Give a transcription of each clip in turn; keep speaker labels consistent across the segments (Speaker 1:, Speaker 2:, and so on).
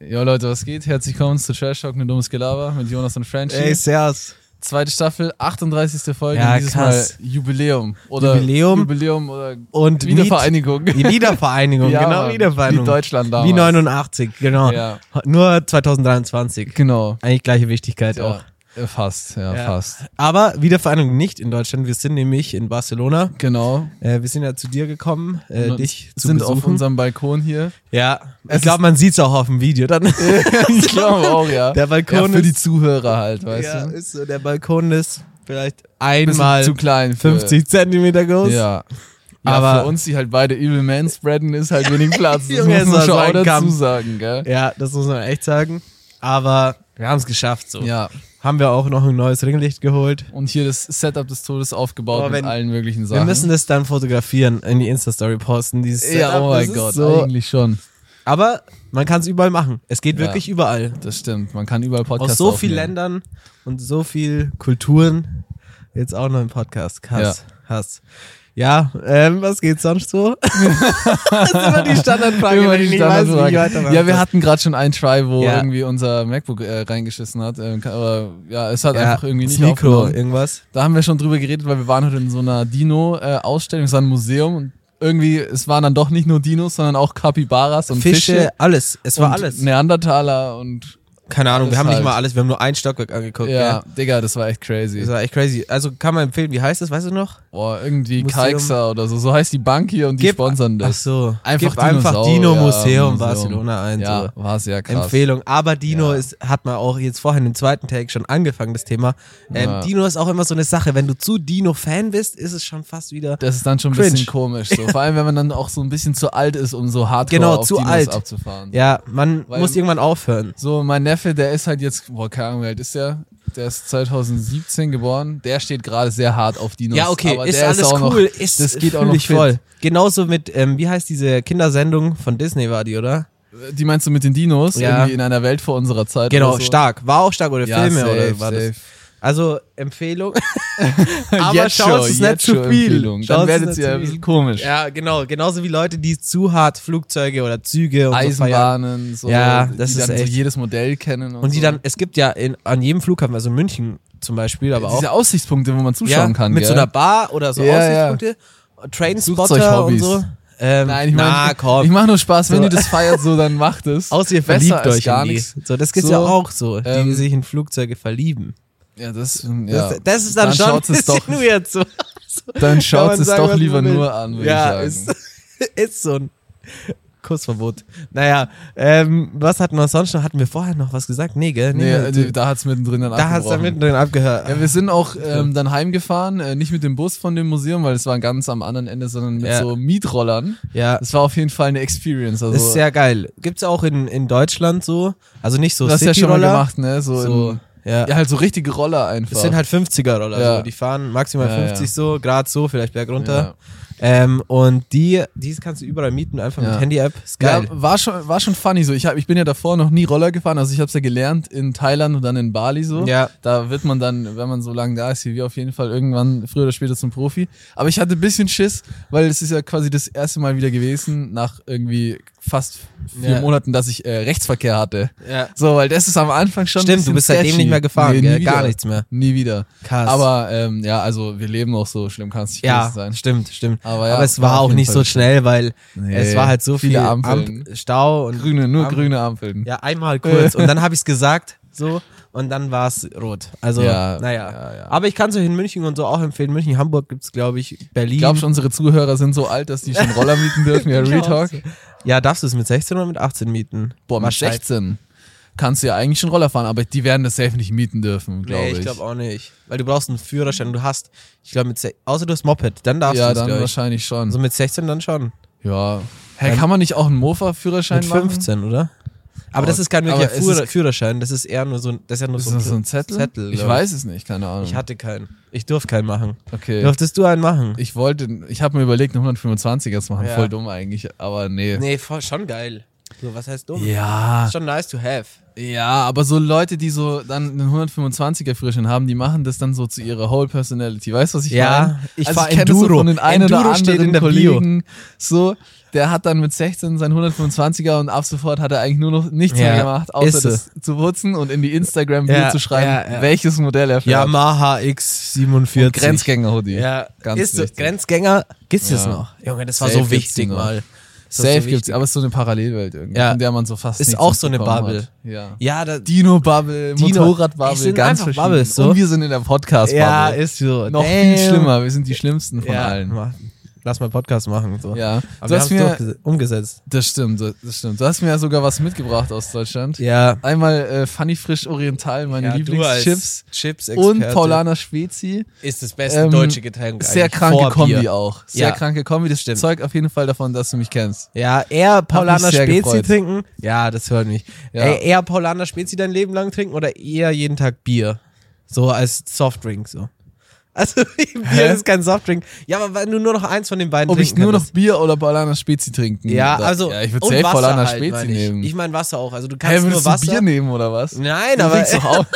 Speaker 1: Jo Leute, was geht? Herzlich willkommen zu Trash Talk, ein dummes Gelaber mit Jonas und Franchi.
Speaker 2: Ey, Servus.
Speaker 1: Zweite Staffel, 38. Folge,
Speaker 2: Ja,
Speaker 1: dieses
Speaker 2: krass.
Speaker 1: Mal Jubiläum. Oder
Speaker 2: Jubiläum.
Speaker 1: Jubiläum oder
Speaker 2: Und
Speaker 1: Wiedervereinigung.
Speaker 2: Miet- Die Wiedervereinigung,
Speaker 1: Ja,
Speaker 2: genau,
Speaker 1: Mann.
Speaker 2: Wiedervereinigung.
Speaker 1: Wie Deutschland damals.
Speaker 2: Wie 89, genau.
Speaker 1: Ja.
Speaker 2: Nur 2023.
Speaker 1: Genau.
Speaker 2: Eigentlich gleiche Wichtigkeit auch.
Speaker 1: Ja, äh, fast, ja,
Speaker 2: Ja.
Speaker 1: fast.
Speaker 2: Aber Wiedervereinigung nicht in Deutschland. Wir sind nämlich in Barcelona.
Speaker 1: Genau.
Speaker 2: Äh, wir sind ja zu dir gekommen, äh,
Speaker 1: Und
Speaker 2: dich zu
Speaker 1: sind
Speaker 2: besuchen.
Speaker 1: auf unserem Balkon hier.
Speaker 2: ja,
Speaker 1: Es
Speaker 2: ich glaube, man sieht's auch auf dem Video dann.
Speaker 1: ich glaube auch, ja.
Speaker 2: Der Balkon
Speaker 1: ja, für die
Speaker 2: ist-
Speaker 1: Zuhörer halt, weißt
Speaker 2: ja,
Speaker 1: du.
Speaker 2: ist so, der Balkon ist vielleicht
Speaker 1: Bisschen
Speaker 2: einmal
Speaker 1: zu klein. Für,
Speaker 2: 50 Zentimeter groß.
Speaker 1: Ja. Ja,
Speaker 2: Aber-
Speaker 1: für uns, die halt beide Evil Man spreaden, ist halt wenig Platz. Das
Speaker 2: Junge,
Speaker 1: muss
Speaker 2: es
Speaker 1: man
Speaker 2: war
Speaker 1: schon
Speaker 2: so
Speaker 1: auch
Speaker 2: ein
Speaker 1: dazu
Speaker 2: Kampf.
Speaker 1: sagen, gell?
Speaker 2: ja, das muss man echt sagen. Aber wir haben's geschafft so.
Speaker 1: Ja.
Speaker 2: Haben wir auch noch ein neues Ringlicht geholt.
Speaker 1: Und hier das Setup des Todes aufgebaut
Speaker 2: Aber wenn-
Speaker 1: mit allen möglichen Sachen.
Speaker 2: Wir müssen das dann fotografieren, in die Insta-Story posten, dieses
Speaker 1: ja,
Speaker 2: Setup,
Speaker 1: oh
Speaker 2: das
Speaker 1: mein
Speaker 2: ist
Speaker 1: Gott,
Speaker 2: So.
Speaker 1: eigentlich schon.
Speaker 2: Aber man kann es überall machen. Es geht
Speaker 1: Ja.
Speaker 2: wirklich überall.
Speaker 1: Das stimmt. Man kann überall
Speaker 2: Aus
Speaker 1: Podcasts
Speaker 2: so vielen
Speaker 1: aufnehmen.
Speaker 2: Ländern und so viel Kulturen. Jetzt auch noch ein Podcast. Krass. Krass. Ja, ähm, was geht sonst so? das ist immer die Standardfrage,
Speaker 1: Immer
Speaker 2: wenn
Speaker 1: die
Speaker 2: ich nicht weiß, wie ich
Speaker 1: Standardfrage.
Speaker 2: weitermache.
Speaker 1: Ja, wir hatten gerade schon einen Try, wo
Speaker 2: Ja.
Speaker 1: irgendwie unser MacBook äh, reingeschissen hat. Ähm, ka- aber ja, es hat
Speaker 2: Ja,
Speaker 1: einfach irgendwie
Speaker 2: das
Speaker 1: nicht
Speaker 2: Mikro,
Speaker 1: aufgenommen.
Speaker 2: irgendwas.
Speaker 1: Da haben wir schon drüber geredet, weil wir waren heute in so einer Dino-Ausstellung, es war ein Museum und irgendwie, es waren dann doch nicht nur Dinos, sondern auch Capybaras und
Speaker 2: Fische,
Speaker 1: Fische.
Speaker 2: alles. Es war
Speaker 1: und
Speaker 2: alles.
Speaker 1: Neandertaler und
Speaker 2: Keine Ahnung, wir
Speaker 1: alles
Speaker 2: haben nicht
Speaker 1: halt.
Speaker 2: mal alles, wir haben nur ein Stockwerk angeguckt.
Speaker 1: ja,
Speaker 2: Ja.
Speaker 1: Digga, das war echt crazy.
Speaker 2: Das war echt crazy. Also kann man empfehlen, wie heißt das, weißt du noch?
Speaker 1: Boah, irgendwie
Speaker 2: Museum.
Speaker 1: Kalksa oder so. So heißt die Bank hier und die
Speaker 2: Gib-
Speaker 1: sponsern
Speaker 2: Ach
Speaker 1: das.
Speaker 2: so.
Speaker 1: Einfach
Speaker 2: Gib einfach
Speaker 1: Dinosaurier,
Speaker 2: Dino Museum
Speaker 1: Museum.
Speaker 2: Barcelona ein.
Speaker 1: ja,
Speaker 2: so.
Speaker 1: war sehr krass.
Speaker 2: Empfehlung. Aber Dino
Speaker 1: Ja.
Speaker 2: ist, hat man auch jetzt vorhin im zweiten Take schon angefangen, das Thema. Ähm,
Speaker 1: Ja.
Speaker 2: Dino ist auch immer so eine Sache. Wenn du zu Dino-Fan bist, ist es schon fast wieder.
Speaker 1: Das ist dann schon ein
Speaker 2: Cringe.
Speaker 1: bisschen komisch. So. Vor allem, wenn man dann auch so ein bisschen zu alt ist, um so hardcore
Speaker 2: Genau,
Speaker 1: auf
Speaker 2: zu
Speaker 1: Dinos
Speaker 2: alt.
Speaker 1: abzufahren.
Speaker 2: Ja, man
Speaker 1: Weil-
Speaker 2: muss irgendwann aufhören.
Speaker 1: So, mein Neffe, der ist halt jetzt, boah, keine Ahnung, wie alt ist der? Der ist 2017 geboren. Der steht gerade sehr hart auf Dinos.
Speaker 2: Ja, okay,
Speaker 1: aber
Speaker 2: ist
Speaker 1: der
Speaker 2: alles
Speaker 1: ist auch
Speaker 2: cool.
Speaker 1: Noch,
Speaker 2: ist,
Speaker 1: das geht auch
Speaker 2: fühl
Speaker 1: noch
Speaker 2: ich
Speaker 1: fit.
Speaker 2: voll. Genauso mit, ähm, wie heißt diese Kindersendung von Disney war die, oder?
Speaker 1: Die meinst du mit den Dinos?
Speaker 2: Ja.
Speaker 1: Irgendwie in einer Welt vor unserer Zeit.
Speaker 2: Genau,
Speaker 1: oder so?
Speaker 2: stark. War auch stark oder
Speaker 1: Ja,
Speaker 2: Filme
Speaker 1: safe,
Speaker 2: oder war
Speaker 1: safe.
Speaker 2: das? Also Empfehlung.
Speaker 1: Aber
Speaker 2: Aber
Speaker 1: jetzt
Speaker 2: schaut
Speaker 1: schon,
Speaker 2: es
Speaker 1: jetzt
Speaker 2: nicht zu
Speaker 1: schon
Speaker 2: viel.
Speaker 1: Empfehlung.
Speaker 2: Schaut
Speaker 1: Dann
Speaker 2: es
Speaker 1: werdet
Speaker 2: nicht
Speaker 1: ihr
Speaker 2: zu
Speaker 1: ein
Speaker 2: viel.
Speaker 1: bisschen komisch.
Speaker 2: Ja, genau. Genauso wie Leute, die zu hart Flugzeuge oder Züge und so feiern.
Speaker 1: Eisenbahnen, so,
Speaker 2: Ja, das
Speaker 1: die
Speaker 2: ist
Speaker 1: dann so
Speaker 2: echt-
Speaker 1: jedes Modell kennen. Und,
Speaker 2: Und die
Speaker 1: so.
Speaker 2: dann, es gibt ja in, an jedem Flughafen, also München zum Beispiel, aber auch
Speaker 1: diese Aussichtspunkte, wo man zuschauen
Speaker 2: ja,
Speaker 1: kann.
Speaker 2: mit
Speaker 1: gell?
Speaker 2: so einer Bar oder so
Speaker 1: Ja, ja.
Speaker 2: Aussichtspunkte, Trainspotter und
Speaker 1: Flugzeughobbys.
Speaker 2: so. Ähm,
Speaker 1: Nein, ich
Speaker 2: na
Speaker 1: meine,
Speaker 2: komm,
Speaker 1: ich mache nur Spaß, wenn
Speaker 2: So.
Speaker 1: ihr das feiert, so dann macht es.
Speaker 2: aus ihr
Speaker 1: Besser
Speaker 2: verliebt
Speaker 1: als
Speaker 2: euch
Speaker 1: gar
Speaker 2: in die.
Speaker 1: nichts.
Speaker 2: So, das gibt's
Speaker 1: So,
Speaker 2: ja auch so, die, die
Speaker 1: ähm,
Speaker 2: sich in Flugzeuge verlieben.
Speaker 1: Ja, das, ja.
Speaker 2: Das, das ist dann, schon ein
Speaker 1: schaut's es
Speaker 2: bisschen
Speaker 1: doch,
Speaker 2: weird so.
Speaker 1: dann
Speaker 2: Kann man
Speaker 1: schaut es
Speaker 2: sagen,
Speaker 1: doch
Speaker 2: was
Speaker 1: lieber
Speaker 2: man will.
Speaker 1: nur an, würde
Speaker 2: ja,
Speaker 1: ich sagen.
Speaker 2: Ist, ist so ein Kussverbot. Naja, ähm, was hatten wir sonst noch? Hatten wir vorher noch was gesagt? Nee, gell?
Speaker 1: nee,
Speaker 2: Nee,
Speaker 1: äh, da hat's mittendrin dann
Speaker 2: da hast du
Speaker 1: abgebrochen.
Speaker 2: mittendrin abgehört.
Speaker 1: ja, wir sind auch ähm, dann heimgefahren, äh, nicht mit dem Bus von dem Museum, weil es war ganz am anderen Ende, sondern mit
Speaker 2: Ja.
Speaker 1: so Mietrollern.
Speaker 2: Ja,
Speaker 1: Das war auf jeden Fall eine Experience. Also,
Speaker 2: ist sehr geil. Gibt's auch in, in Deutschland so, also nicht so
Speaker 1: du hast ja schon mal
Speaker 2: City-Roller,
Speaker 1: gemacht, ne? So,
Speaker 2: So,
Speaker 1: in,
Speaker 2: ja.
Speaker 1: ja, halt so richtige Roller einfach.
Speaker 2: Äh, Es sind halt 50er oder
Speaker 1: Ja.
Speaker 2: so. Die fahren maximal
Speaker 1: Ja,
Speaker 2: 50
Speaker 1: ja.
Speaker 2: so, grad so, vielleicht bergunter. Ähm, und die, dies kannst du überall mieten, einfach
Speaker 1: Ja.
Speaker 2: mit Handy-App. Ist
Speaker 1: Ja,
Speaker 2: geil.
Speaker 1: war schon, war schon funny so. Ich, hab, ich bin ja davor noch nie Roller gefahren, also ich habe es ja gelernt in Thailand und dann in Bali so.
Speaker 2: Ja.
Speaker 1: Da wird man dann, wenn man so lange da ist, wie wir auf jeden Fall irgendwann früher oder später zum Profi. Aber ich hatte ein bisschen Schiss, weil es ist ja quasi das erste Mal wieder gewesen, nach irgendwie fast vier
Speaker 2: Ja.
Speaker 1: Monaten, dass ich äh, Rechtsverkehr hatte.
Speaker 2: Ja.
Speaker 1: So, weil das ist am Anfang schon. ein
Speaker 2: Stimmt,
Speaker 1: bisschen
Speaker 2: du bist seitdem
Speaker 1: sketchy.
Speaker 2: nicht mehr gefahren,
Speaker 1: nie
Speaker 2: gell?
Speaker 1: wieder.
Speaker 2: Gar nichts mehr.
Speaker 1: Nie wieder.
Speaker 2: Krass.
Speaker 1: Aber ähm, ja, also wir leben noch so, schlimm kann es nicht
Speaker 2: Ja,
Speaker 1: gewesen sein.
Speaker 2: stimmt, stimmt.
Speaker 1: Aber ja,
Speaker 2: es
Speaker 1: war
Speaker 2: war
Speaker 1: auf
Speaker 2: auch
Speaker 1: jeden
Speaker 2: nicht
Speaker 1: Fall
Speaker 2: so schnell, weil
Speaker 1: Nee,
Speaker 2: es war halt so
Speaker 1: viele
Speaker 2: viel
Speaker 1: Ampeln.
Speaker 2: Ampel- Stau und
Speaker 1: Grüne, nur
Speaker 2: Ampel-
Speaker 1: grüne Ampeln.
Speaker 2: Ja, einmal kurz und dann habe ich es gesagt, so und dann war es rot. Also
Speaker 1: Ja,
Speaker 2: naja,
Speaker 1: ja, ja.
Speaker 2: aber ich kann es euch in München und so auch empfehlen. München, Hamburg gibt's glaube ich, Berlin.
Speaker 1: Ich glaube, unsere Zuhörer sind so alt, dass die schon Roller mieten dürfen. Ja,
Speaker 2: Ich glaub's.
Speaker 1: Retalk.
Speaker 2: Ja, darfst du es mit 16 oder mit 18 mieten?
Speaker 1: Boah, mit
Speaker 2: Wahrscheinlich-
Speaker 1: 16 kannst du ja eigentlich schon Roller fahren, aber die werden das safe nicht mieten dürfen, glaube
Speaker 2: Nee,
Speaker 1: ich.
Speaker 2: ich glaube auch nicht, weil du brauchst einen Führerschein. und Du hast, ich glaube mit, se- außer du hast Moped, dann darfst
Speaker 1: ja,
Speaker 2: du es.
Speaker 1: dann
Speaker 2: glaub ich.
Speaker 1: wahrscheinlich schon.
Speaker 2: Also mit 16 dann schon.
Speaker 1: ja. Hä, kann man nicht auch einen Mofa-Führerschein
Speaker 2: Mit
Speaker 1: machen?
Speaker 2: 15, oder? Aber
Speaker 1: Oh,
Speaker 2: das ist kein
Speaker 1: aber
Speaker 2: wirklicher
Speaker 1: es
Speaker 2: Führer,
Speaker 1: ist-
Speaker 2: Führerschein, das ist eher nur so ein, das ist ja nur
Speaker 1: Ist
Speaker 2: so,
Speaker 1: das so ein Zettel?
Speaker 2: Zettel
Speaker 1: ich
Speaker 2: glaub
Speaker 1: weiß es nicht, keine Ahnung.
Speaker 2: Ich hatte keinen. Ich durfte keinen machen.
Speaker 1: okay.
Speaker 2: Durftest du einen machen?
Speaker 1: Ich wollte, ich habe mir überlegt, einen 125er zu machen.
Speaker 2: Ja.
Speaker 1: Voll dumm eigentlich, aber nee.
Speaker 2: nee, voll, schon geil. So, was heißt dumm?
Speaker 1: Ja.
Speaker 2: Ist schon nice to have.
Speaker 1: Ja, aber so Leute, die so dann einen 125er Führerschein haben, die machen das dann so zu ihrer Whole Personality. Weißt du, was ich
Speaker 2: Ja,
Speaker 1: meine? Also
Speaker 2: ich fahr
Speaker 1: ich kenne das so
Speaker 2: Enduro.
Speaker 1: von den einen
Speaker 2: Enduro
Speaker 1: oder
Speaker 2: steht
Speaker 1: anderen
Speaker 2: in der Bio.
Speaker 1: Kollegen. So, der hat dann mit 16 seinen 125er und ab sofort hat er eigentlich nur noch nichts
Speaker 2: Ja,
Speaker 1: mehr gemacht, außer
Speaker 2: ist so.
Speaker 1: das zu putzen und in die instagram bio
Speaker 2: Ja,
Speaker 1: zu schreiben,
Speaker 2: ja, ja.
Speaker 1: welches Modell er fährt.
Speaker 2: Yamaha X47.
Speaker 1: Und Grenzgänger-Hoodie.
Speaker 2: Ja,
Speaker 1: ganz
Speaker 2: ganz ist so,
Speaker 1: wichtig.
Speaker 2: Grenzgänger, gibt's das
Speaker 1: Ja.
Speaker 2: noch? Junge, das
Speaker 1: Safe gibt's die noch.
Speaker 2: Das war
Speaker 1: Safe
Speaker 2: so
Speaker 1: gibt's,
Speaker 2: wichtig.
Speaker 1: aber es ist so eine Parallelwelt irgendwie,
Speaker 2: Ja.
Speaker 1: in der man so fast
Speaker 2: Ist
Speaker 1: nichts
Speaker 2: auch so eine
Speaker 1: mitbekommen
Speaker 2: Bubble.
Speaker 1: Hat. Ja.
Speaker 2: Ja, da,
Speaker 1: Dino-Bubble,
Speaker 2: Dino.
Speaker 1: Motorrad-Bubble,
Speaker 2: Es sind
Speaker 1: ganz
Speaker 2: einfach
Speaker 1: verschieden.
Speaker 2: Bubbles, so.
Speaker 1: Und wir sind in der Podcast-Bubble.
Speaker 2: ja, ist so.
Speaker 1: Noch viel
Speaker 2: Damn.
Speaker 1: schlimmer, wir sind die schlimmsten von
Speaker 2: ja,
Speaker 1: allen.
Speaker 2: mach- Lass mal Podcast machen. So.
Speaker 1: Ja,
Speaker 2: Aber
Speaker 1: du
Speaker 2: wir
Speaker 1: hast
Speaker 2: haben's
Speaker 1: mir,
Speaker 2: durchgese- umgesetzt.
Speaker 1: das stimmt, das stimmt. Du hast mir ja sogar was mitgebracht aus Deutschland.
Speaker 2: Ja.
Speaker 1: Einmal äh, Funny Frisch Oriental, meine
Speaker 2: ja,
Speaker 1: Lieblingschips.
Speaker 2: Chips
Speaker 1: Und Paulaner Spezi.
Speaker 2: ist das beste
Speaker 1: Ähm,
Speaker 2: deutsche Getränk.
Speaker 1: Sehr
Speaker 2: eigentlich.
Speaker 1: kranke
Speaker 2: Vor
Speaker 1: Kombi
Speaker 2: Bier.
Speaker 1: auch. Sehr
Speaker 2: Ja.
Speaker 1: kranke Kombi. Das
Speaker 2: Stimmt.
Speaker 1: zeugt auf jeden Fall davon, dass du mich kennst.
Speaker 2: Ja, eher Paulaner
Speaker 1: sehr
Speaker 2: Spezi
Speaker 1: gefreut.
Speaker 2: trinken. Ja, das hört mich.
Speaker 1: Ja.
Speaker 2: Ey, eher Paulaner Spezi dein Leben lang trinken oder eher jeden Tag Bier? So als Softdrink so. Also Bier
Speaker 1: Hä?
Speaker 2: ist kein Softdrink. Ja, aber wenn du nur noch eins von den beiden
Speaker 1: Ob ich
Speaker 2: trinken
Speaker 1: nur noch
Speaker 2: kannst.
Speaker 1: Bier oder Paulaner Spezi trinken
Speaker 2: ja,
Speaker 1: würde.
Speaker 2: also
Speaker 1: Ja, ich würde
Speaker 2: und
Speaker 1: safe
Speaker 2: Wasser
Speaker 1: Paulaner
Speaker 2: halt,
Speaker 1: Spezi
Speaker 2: meine ich.
Speaker 1: nehmen.
Speaker 2: Ich meine Wasser auch. Also du
Speaker 1: Hä,
Speaker 2: kannst nur
Speaker 1: würdest du
Speaker 2: Wasser.
Speaker 1: Bier nehmen oder was?
Speaker 2: Nein,
Speaker 1: Du
Speaker 2: aber
Speaker 1: trinkst doch auch.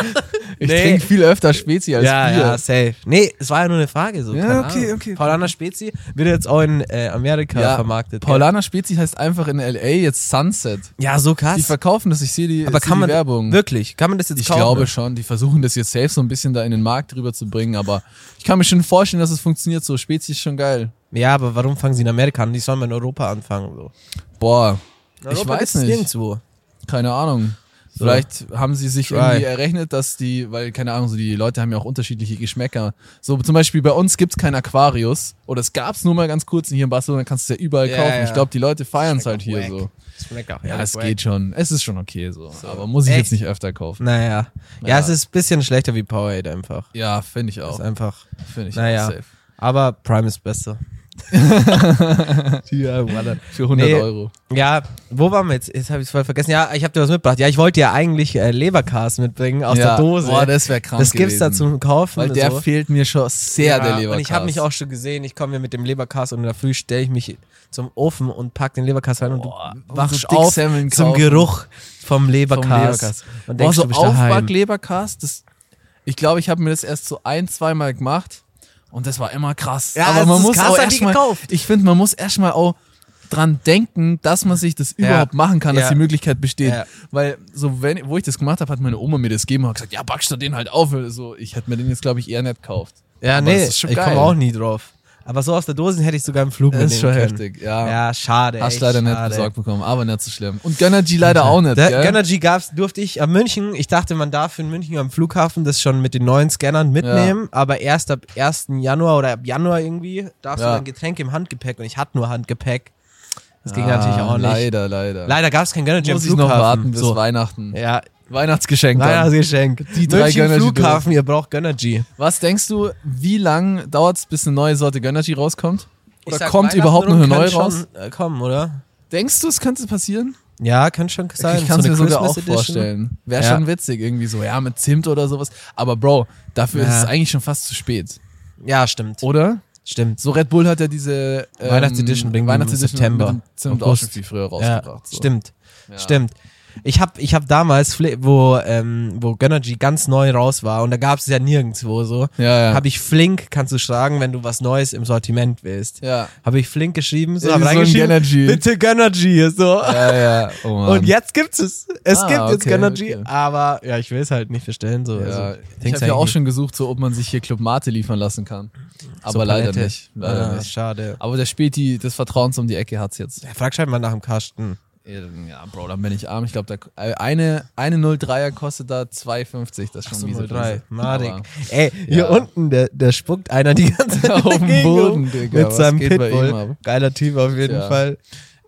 Speaker 1: Ich
Speaker 2: Nee.
Speaker 1: trinke viel öfter Spezi als
Speaker 2: ja,
Speaker 1: Bier.
Speaker 2: ja, safe. Nee, es war ja nur eine Frage so.
Speaker 1: Ja,
Speaker 2: keine
Speaker 1: okay,
Speaker 2: Ahnung.
Speaker 1: okay.
Speaker 2: Paulaner Spezi wird jetzt auch in äh, Amerika
Speaker 1: Ja,
Speaker 2: vermarktet. gell?
Speaker 1: Paulaner Spezi heißt einfach in LA jetzt Sunset.
Speaker 2: Ja, so krass.
Speaker 1: Die verkaufen das, ich sehe die,
Speaker 2: aber
Speaker 1: ich sehe
Speaker 2: kann man
Speaker 1: die Werbung.
Speaker 2: wirklich? Kann man das jetzt
Speaker 1: Ich
Speaker 2: kaufen?
Speaker 1: glaube schon, die versuchen das jetzt safe so ein bisschen da in den Markt rüber zu bringen, aber ich kann mir schon vorstellen, dass es funktioniert so. Spezi ist schon geil.
Speaker 2: Ja, aber warum fangen sie in Amerika an? Die sollen mal in Europa anfangen. So.
Speaker 1: Boah,
Speaker 2: In
Speaker 1: ich
Speaker 2: Europa
Speaker 1: weiß
Speaker 2: gibt's
Speaker 1: nicht.
Speaker 2: Nirgendwo.
Speaker 1: Keine Ahnung. Vielleicht haben sie sich
Speaker 2: Try.
Speaker 1: irgendwie errechnet, dass die, weil, keine Ahnung, so die Leute haben ja auch unterschiedliche Geschmäcker. So zum Beispiel bei uns gibt's kein Aquarius. Oder es gab's nur mal ganz kurz und hier in Barcelona kannst du es ja überall
Speaker 2: Ja,
Speaker 1: kaufen.
Speaker 2: ja.
Speaker 1: Ich glaube, die Leute feiern's halt hier
Speaker 2: Wack.
Speaker 1: so.
Speaker 2: Ist lecker.
Speaker 1: Ja,
Speaker 2: ist
Speaker 1: es
Speaker 2: wack.
Speaker 1: geht schon. Es ist schon okay so. Aber muss ich
Speaker 2: Echt?
Speaker 1: jetzt nicht öfter kaufen.
Speaker 2: Naja. Ja,
Speaker 1: Ja.
Speaker 2: es ist ein bisschen schlechter wie Powerade einfach.
Speaker 1: Ja, finde ich auch.
Speaker 2: Ist einfach.
Speaker 1: Finde ich
Speaker 2: Naja.
Speaker 1: auch safe.
Speaker 2: Aber Prime ist besser.
Speaker 1: Ja, Für 100
Speaker 2: Nee.
Speaker 1: Euro.
Speaker 2: Ja, wo waren wir jetzt? Jetzt habe ich es voll vergessen. Ja, ich habe dir was mitgebracht. Ja, ich wollte dir eigentlich äh, Leberkas mitbringen aus
Speaker 1: ja.
Speaker 2: der Dose.
Speaker 1: Boah, das wäre krank
Speaker 2: das gibt's da
Speaker 1: gewesen.
Speaker 2: zum Kaufen.
Speaker 1: Weil
Speaker 2: und
Speaker 1: der
Speaker 2: so.
Speaker 1: fehlt mir schon sehr, der Leberkas.
Speaker 2: Und ich habe mich auch schon gesehen, ich komme mir mit dem Leberkas und in der Früh stelle ich mich zum Ofen und pack den Leberkas rein und
Speaker 1: Boah,
Speaker 2: du wachst
Speaker 1: und so dick
Speaker 2: auf
Speaker 1: Semmeln
Speaker 2: zum
Speaker 1: kaufen.
Speaker 2: Geruch vom Leberkas.
Speaker 1: Leberkas.
Speaker 2: Und
Speaker 1: Boah,
Speaker 2: denkst,
Speaker 1: so
Speaker 2: du bist daheim.
Speaker 1: Aufback-Leberkas, das- ich glaube, ich habe mir das erst so ein, zweimal gemacht und das war immer krass.
Speaker 2: Ja,
Speaker 1: Aber
Speaker 2: das
Speaker 1: man
Speaker 2: ist
Speaker 1: muss
Speaker 2: krass,
Speaker 1: auch
Speaker 2: hat die
Speaker 1: erstmal,
Speaker 2: gekauft.
Speaker 1: ich finde, man muss erstmal auch dran denken, dass man sich das überhaupt machen kann, dass
Speaker 2: Ja.
Speaker 1: die Möglichkeit besteht.
Speaker 2: Ja.
Speaker 1: Weil so, wenn, wo ich das gemacht habe, hat meine Oma mir das gegeben und hat gesagt, ja, backst du den halt auf. So, ich hätte mir den jetzt, glaube ich, eher nicht gekauft.
Speaker 2: Ja,
Speaker 1: Aber
Speaker 2: nee,
Speaker 1: das ist
Speaker 2: ich
Speaker 1: schon geil.
Speaker 2: komme auch nie drauf. Aber so aus der Dose hätte ich sogar im Flug
Speaker 1: Das ist
Speaker 2: mitnehmen
Speaker 1: schon
Speaker 2: können.
Speaker 1: heftig, ja.
Speaker 2: Ja, schade.
Speaker 1: Hast
Speaker 2: echt
Speaker 1: leider nicht
Speaker 2: schade.
Speaker 1: besorgt bekommen, aber nicht so schlimm. Und Gönner G leider auch nicht,
Speaker 2: Der
Speaker 1: gell?
Speaker 2: Energy gab's, durfte ich am München, ich dachte, man darf in München am Flughafen das schon mit den neuen Scannern mitnehmen, aber erst ab 1. Januar oder ab Januar irgendwie darfst
Speaker 1: Ja.
Speaker 2: du dein Getränk im Handgepäck und ich hatte nur Handgepäck. Das ging
Speaker 1: Ah,
Speaker 2: natürlich auch nicht.
Speaker 1: Leider, leider.
Speaker 2: Leider gab's kein Gönnergy am
Speaker 1: Muss ich noch
Speaker 2: Flughafen.
Speaker 1: warten bis
Speaker 2: so.
Speaker 1: Weihnachten.
Speaker 2: Ja,
Speaker 1: Weihnachtsgeschenk dann.
Speaker 2: Weihnachtsgeschenk. Die
Speaker 1: drei
Speaker 2: München
Speaker 1: Gönnergy
Speaker 2: Flughafen, ihr braucht Gönnergy.
Speaker 1: Was denkst du, wie lang dauert es, bis eine neue Sorte Gönnergy rauskommt?
Speaker 2: Ich
Speaker 1: Oder
Speaker 2: sag,
Speaker 1: kommt
Speaker 2: Weihnachten
Speaker 1: überhaupt noch
Speaker 2: rum
Speaker 1: eine neue
Speaker 2: kann
Speaker 1: raus?
Speaker 2: Schon, äh, kommen, oder?
Speaker 1: Denkst du, es könnte passieren?
Speaker 2: Ja, kann schon sein.
Speaker 1: ich kann es
Speaker 2: so
Speaker 1: mir
Speaker 2: eine
Speaker 1: sogar auch
Speaker 2: Christmas Edition.
Speaker 1: vorstellen. Wäre
Speaker 2: Ja.
Speaker 1: schon witzig, irgendwie so, ja, mit Zimt oder sowas. Aber Bro, dafür ist
Speaker 2: Ja.
Speaker 1: es eigentlich schon fast zu spät.
Speaker 2: Ja, stimmt.
Speaker 1: Oder?
Speaker 2: Stimmt.
Speaker 1: So, Red Bull hat ja diese ähm,
Speaker 2: Weihnachtsedition bringen die im
Speaker 1: Weihnachtsedition
Speaker 2: September,
Speaker 1: mit dem Zimt auch
Speaker 2: August.
Speaker 1: schon viel früher
Speaker 2: Ja,
Speaker 1: rausgebracht. so.
Speaker 2: Stimmt.
Speaker 1: Ja.
Speaker 2: Stimmt. Ich hab, ich hab damals, Fla- wo, ähm, wo Gönnergy ganz neu raus war, und da gab's es ja nirgendwo so,
Speaker 1: Ja, ja.
Speaker 2: habe ich flink, kannst du sagen, wenn du was Neues im Sortiment willst.
Speaker 1: ja.
Speaker 2: Habe ich flink geschrieben, so,
Speaker 1: Irgendwie
Speaker 2: hab
Speaker 1: so ein
Speaker 2: reingeschrieben,
Speaker 1: Gönnergy.
Speaker 2: bitte Gönnergy, so.
Speaker 1: Ja, ja. Oh Mann.
Speaker 2: Und jetzt gibt's es. Es
Speaker 1: Ah,
Speaker 2: gibt jetzt
Speaker 1: okay,
Speaker 2: Gönnergy,
Speaker 1: okay.
Speaker 2: aber ja, ich will es halt nicht verstellen. So.
Speaker 1: Ja,
Speaker 2: also,
Speaker 1: ich
Speaker 2: denk's
Speaker 1: habe ja auch
Speaker 2: eigentlich
Speaker 1: schon gesucht, so, ob man sich hier Club Mate liefern lassen kann. Aber
Speaker 2: so
Speaker 1: leider
Speaker 2: Palette.
Speaker 1: nicht. Leider
Speaker 2: Ah,
Speaker 1: nicht.
Speaker 2: Schade.
Speaker 1: Aber der Späti des Vertrauens um die Ecke hat's jetzt.
Speaker 2: Ja, frag schon mal nach dem Kasten.
Speaker 1: Ja, Bro, dann bin ich arm. Ich glaube, eine, eine 03er kostet da 2,50. Das ist schon miese Preise.
Speaker 2: Madig.
Speaker 1: Aber
Speaker 2: Ey, hier
Speaker 1: Ja.
Speaker 2: unten, der, der spuckt einer die ganze Zeit
Speaker 1: Auf den
Speaker 2: dagegen
Speaker 1: Boden,
Speaker 2: um.
Speaker 1: Digga,
Speaker 2: Mit
Speaker 1: was
Speaker 2: seinem
Speaker 1: geht bei ihm
Speaker 2: Pitbull.
Speaker 1: ab?
Speaker 2: Geiler Typ auf jeden
Speaker 1: Tja.
Speaker 2: Fall.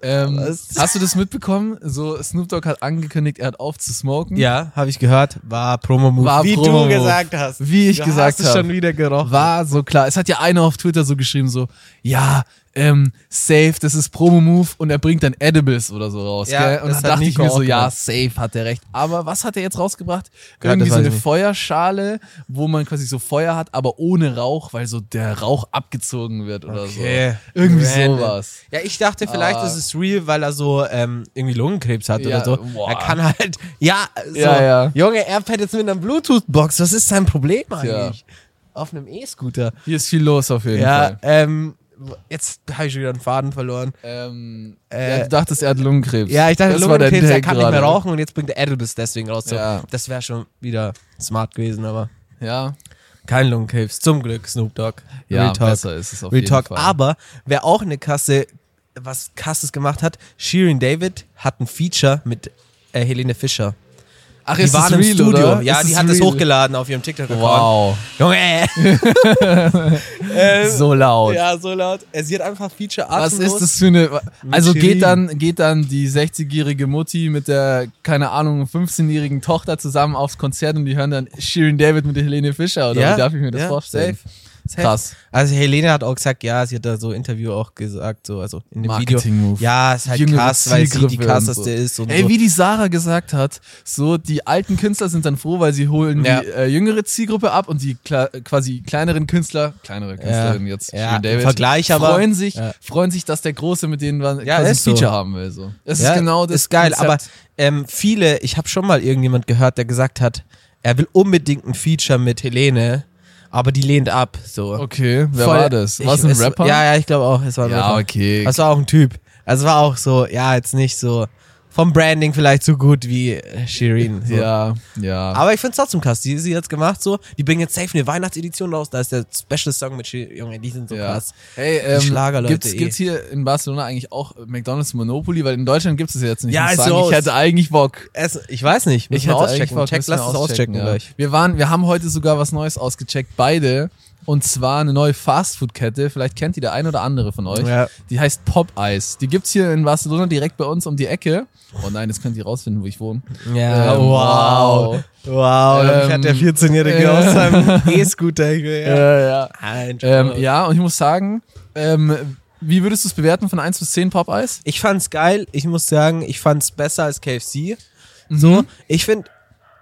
Speaker 1: Ähm,
Speaker 2: Was?
Speaker 1: hast du das mitbekommen? So, Snoop Dogg hat angekündigt, er hat auf zu smoken.
Speaker 2: Ja, habe ich gehört. War Promo-Move.
Speaker 1: War
Speaker 2: wie
Speaker 1: Promo-Move.
Speaker 2: du gesagt hast.
Speaker 1: Wie ich
Speaker 2: du
Speaker 1: gesagt
Speaker 2: hast es
Speaker 1: hab.
Speaker 2: schon wieder gerochen.
Speaker 1: War so klar. Es hat ja einer auf Twitter so geschrieben, so, ja, ähm, safe, das ist Promo-Move und er bringt dann Edibles oder so raus.
Speaker 2: Ja,
Speaker 1: gell? Und
Speaker 2: das
Speaker 1: dann
Speaker 2: hat
Speaker 1: dachte ich
Speaker 2: Nico
Speaker 1: mir so,
Speaker 2: auch
Speaker 1: ja,
Speaker 2: gemacht.
Speaker 1: safe hat er recht. Aber was hat er jetzt rausgebracht?
Speaker 2: Ja,
Speaker 1: Irgendwie
Speaker 2: das
Speaker 1: so
Speaker 2: weiß
Speaker 1: eine
Speaker 2: ich nicht.
Speaker 1: Feuerschale, wo man quasi so Feuer hat, aber ohne Rauch, weil so der Rauch abgezogen wird oder
Speaker 2: Okay.
Speaker 1: so. Irgendwie
Speaker 2: Random.
Speaker 1: sowas.
Speaker 2: Ja, ich dachte vielleicht,
Speaker 1: Ah.
Speaker 2: ist es real, weil er so ähm, irgendwie Lungenkrebs hat
Speaker 1: Ja,
Speaker 2: oder so.
Speaker 1: boah.
Speaker 2: Er kann halt, ja, so,
Speaker 1: Ja, ja.
Speaker 2: Junge, er fährt jetzt mit einer Bluetooth-Box. Was ist sein Problem
Speaker 1: Tja.
Speaker 2: eigentlich? Auf einem E-Scooter.
Speaker 1: Hier ist viel los auf jeden
Speaker 2: Ja,
Speaker 1: Fall.
Speaker 2: ähm, jetzt habe ich schon wieder einen Faden verloren.
Speaker 1: Ähm,
Speaker 2: Äh,
Speaker 1: ja, du dachtest, er hat Lungenkrebs.
Speaker 2: Ja, ich dachte,
Speaker 1: Das war der
Speaker 2: Lungenkrebs, er
Speaker 1: Take
Speaker 2: kann nicht mehr
Speaker 1: gerade.
Speaker 2: rauchen und jetzt bringt er Edibles deswegen raus. So,
Speaker 1: Ja.
Speaker 2: Das wäre schon wieder smart gewesen, aber
Speaker 1: Ja,
Speaker 2: kein Lungenkrebs. Zum Glück, Snoop Dogg.
Speaker 1: ja
Speaker 2: Real Talk.
Speaker 1: besser ist es auf
Speaker 2: Real
Speaker 1: jeden
Speaker 2: Talk.
Speaker 1: Fall.
Speaker 2: Aber wer auch eine Kasse, was krasses gemacht hat, Shirin David hat ein Feature mit äh, Helene Fischer.
Speaker 1: Ach,
Speaker 2: Die
Speaker 1: ist
Speaker 2: waren
Speaker 1: das real,
Speaker 2: im Studio.
Speaker 1: Oder?
Speaker 2: Ja,
Speaker 1: Ist
Speaker 2: die hat es
Speaker 1: real?
Speaker 2: hochgeladen auf ihrem TikTok-Account.
Speaker 1: Wow,
Speaker 2: Junge! ähm,
Speaker 1: so laut.
Speaker 2: Ja, so laut. Äh, Sie hat einfach Feature
Speaker 1: Was
Speaker 2: atemlos.
Speaker 1: ist das für eine. Also
Speaker 2: Shirin.
Speaker 1: geht dann, geht dann die 60-jährige Mutti mit der, keine Ahnung, 15-jährigen Tochter zusammen aufs Konzert und die hören dann Shirin David mit der Helene Fischer oder
Speaker 2: Ja,
Speaker 1: wie darf ich mir das
Speaker 2: ja,
Speaker 1: vorstellen?
Speaker 2: safe, safe.
Speaker 1: Krass.
Speaker 2: Also Helene hat auch gesagt, ja, sie hat da so ein Interview auch gesagt, so, also in dem Video.
Speaker 1: Marketing-Move.
Speaker 2: Ja, ist halt
Speaker 1: Jüngere
Speaker 2: krass, weil sie die
Speaker 1: Zielgruppe und
Speaker 2: krasseste
Speaker 1: so.
Speaker 2: ist und
Speaker 1: Ey,
Speaker 2: so.
Speaker 1: wie die Sarah gesagt hat, so die alten Künstler sind dann froh, weil sie holen
Speaker 2: Ja.
Speaker 1: die äh, jüngere Zielgruppe ab und die kla quasi kleineren Künstler, kleinere Künstlerinnen jetzt,
Speaker 2: ja,
Speaker 1: Shirin
Speaker 2: im
Speaker 1: David,
Speaker 2: Vergleich aber-
Speaker 1: freuen sich,
Speaker 2: ja.
Speaker 1: freuen sich, dass der Große mit denen dann
Speaker 2: Ja,
Speaker 1: quasi ein
Speaker 2: ist so.
Speaker 1: Feature haben will. So. Das
Speaker 2: Ja,
Speaker 1: ist genau das.
Speaker 2: Ist geil,
Speaker 1: Konzept.
Speaker 2: aber ähm, viele, ich habe schon mal irgendjemand gehört, der gesagt hat, er will unbedingt ein Feature mit Helene, aber die lehnt ab. So.
Speaker 1: okay, wer
Speaker 2: Voll-
Speaker 1: war das? War es
Speaker 2: ich-
Speaker 1: ein Rapper?
Speaker 2: Ja, ja, ich glaube auch, es war ein
Speaker 1: Ja,
Speaker 2: Rapper.
Speaker 1: okay.
Speaker 2: Es war auch ein Typ. Also war auch so, ja, jetzt nicht so vom Branding vielleicht so gut wie äh, Shirin. So.
Speaker 1: ja, ja.
Speaker 2: Aber ich find's trotzdem krass. Die sie jetzt gemacht so. Die bringen jetzt safe eine Weihnachtsedition raus. Da ist der Special Song mit Shirin. Junge, die sind so
Speaker 1: Ja.
Speaker 2: krass.
Speaker 1: Hey, ähm,
Speaker 2: Schlagerleute,
Speaker 1: gibt's,
Speaker 2: eh.
Speaker 1: gibt's hier in Barcelona eigentlich auch McDonald's Monopoly? Weil in Deutschland gibt's es ja jetzt nicht.
Speaker 2: Ja,
Speaker 1: ich,
Speaker 2: ist
Speaker 1: muss sagen,
Speaker 2: raus.
Speaker 1: ich hätte eigentlich Bock.
Speaker 2: Es, ich weiß nicht. Müssen
Speaker 1: Ich
Speaker 2: wir
Speaker 1: hätte eigentlich
Speaker 2: auschecken.
Speaker 1: Bock,
Speaker 2: Check,
Speaker 1: müssen
Speaker 2: lass
Speaker 1: wir
Speaker 2: es auschecken
Speaker 1: ja.
Speaker 2: gleich.
Speaker 1: Wir waren, wir haben heute sogar was Neues ausgecheckt, beide. Und zwar eine neue Fastfood-Kette. Vielleicht kennt die der ein oder andere von euch.
Speaker 2: Ja.
Speaker 1: Die heißt Popeyes. Die gibt's hier in Barcelona direkt bei uns um die Ecke. Oh nein, jetzt könnt ihr rausfinden, wo ich wohne.
Speaker 2: Ja,
Speaker 1: Ähm,
Speaker 2: wow. Wow, damit
Speaker 1: Ähm,
Speaker 2: hat halt der 14-Jährige
Speaker 1: äh,
Speaker 2: auf seinem E-Scooter. Ja.
Speaker 1: ja.
Speaker 2: Ein
Speaker 1: Ähm,
Speaker 2: Spaß.
Speaker 1: ja, und ich muss sagen, ähm, wie würdest du es bewerten von 1 bis 10 Popeyes?
Speaker 2: Ich fand's geil. Ich muss sagen, ich fand's besser als KFC. Mhm.
Speaker 1: So?
Speaker 2: Ich find,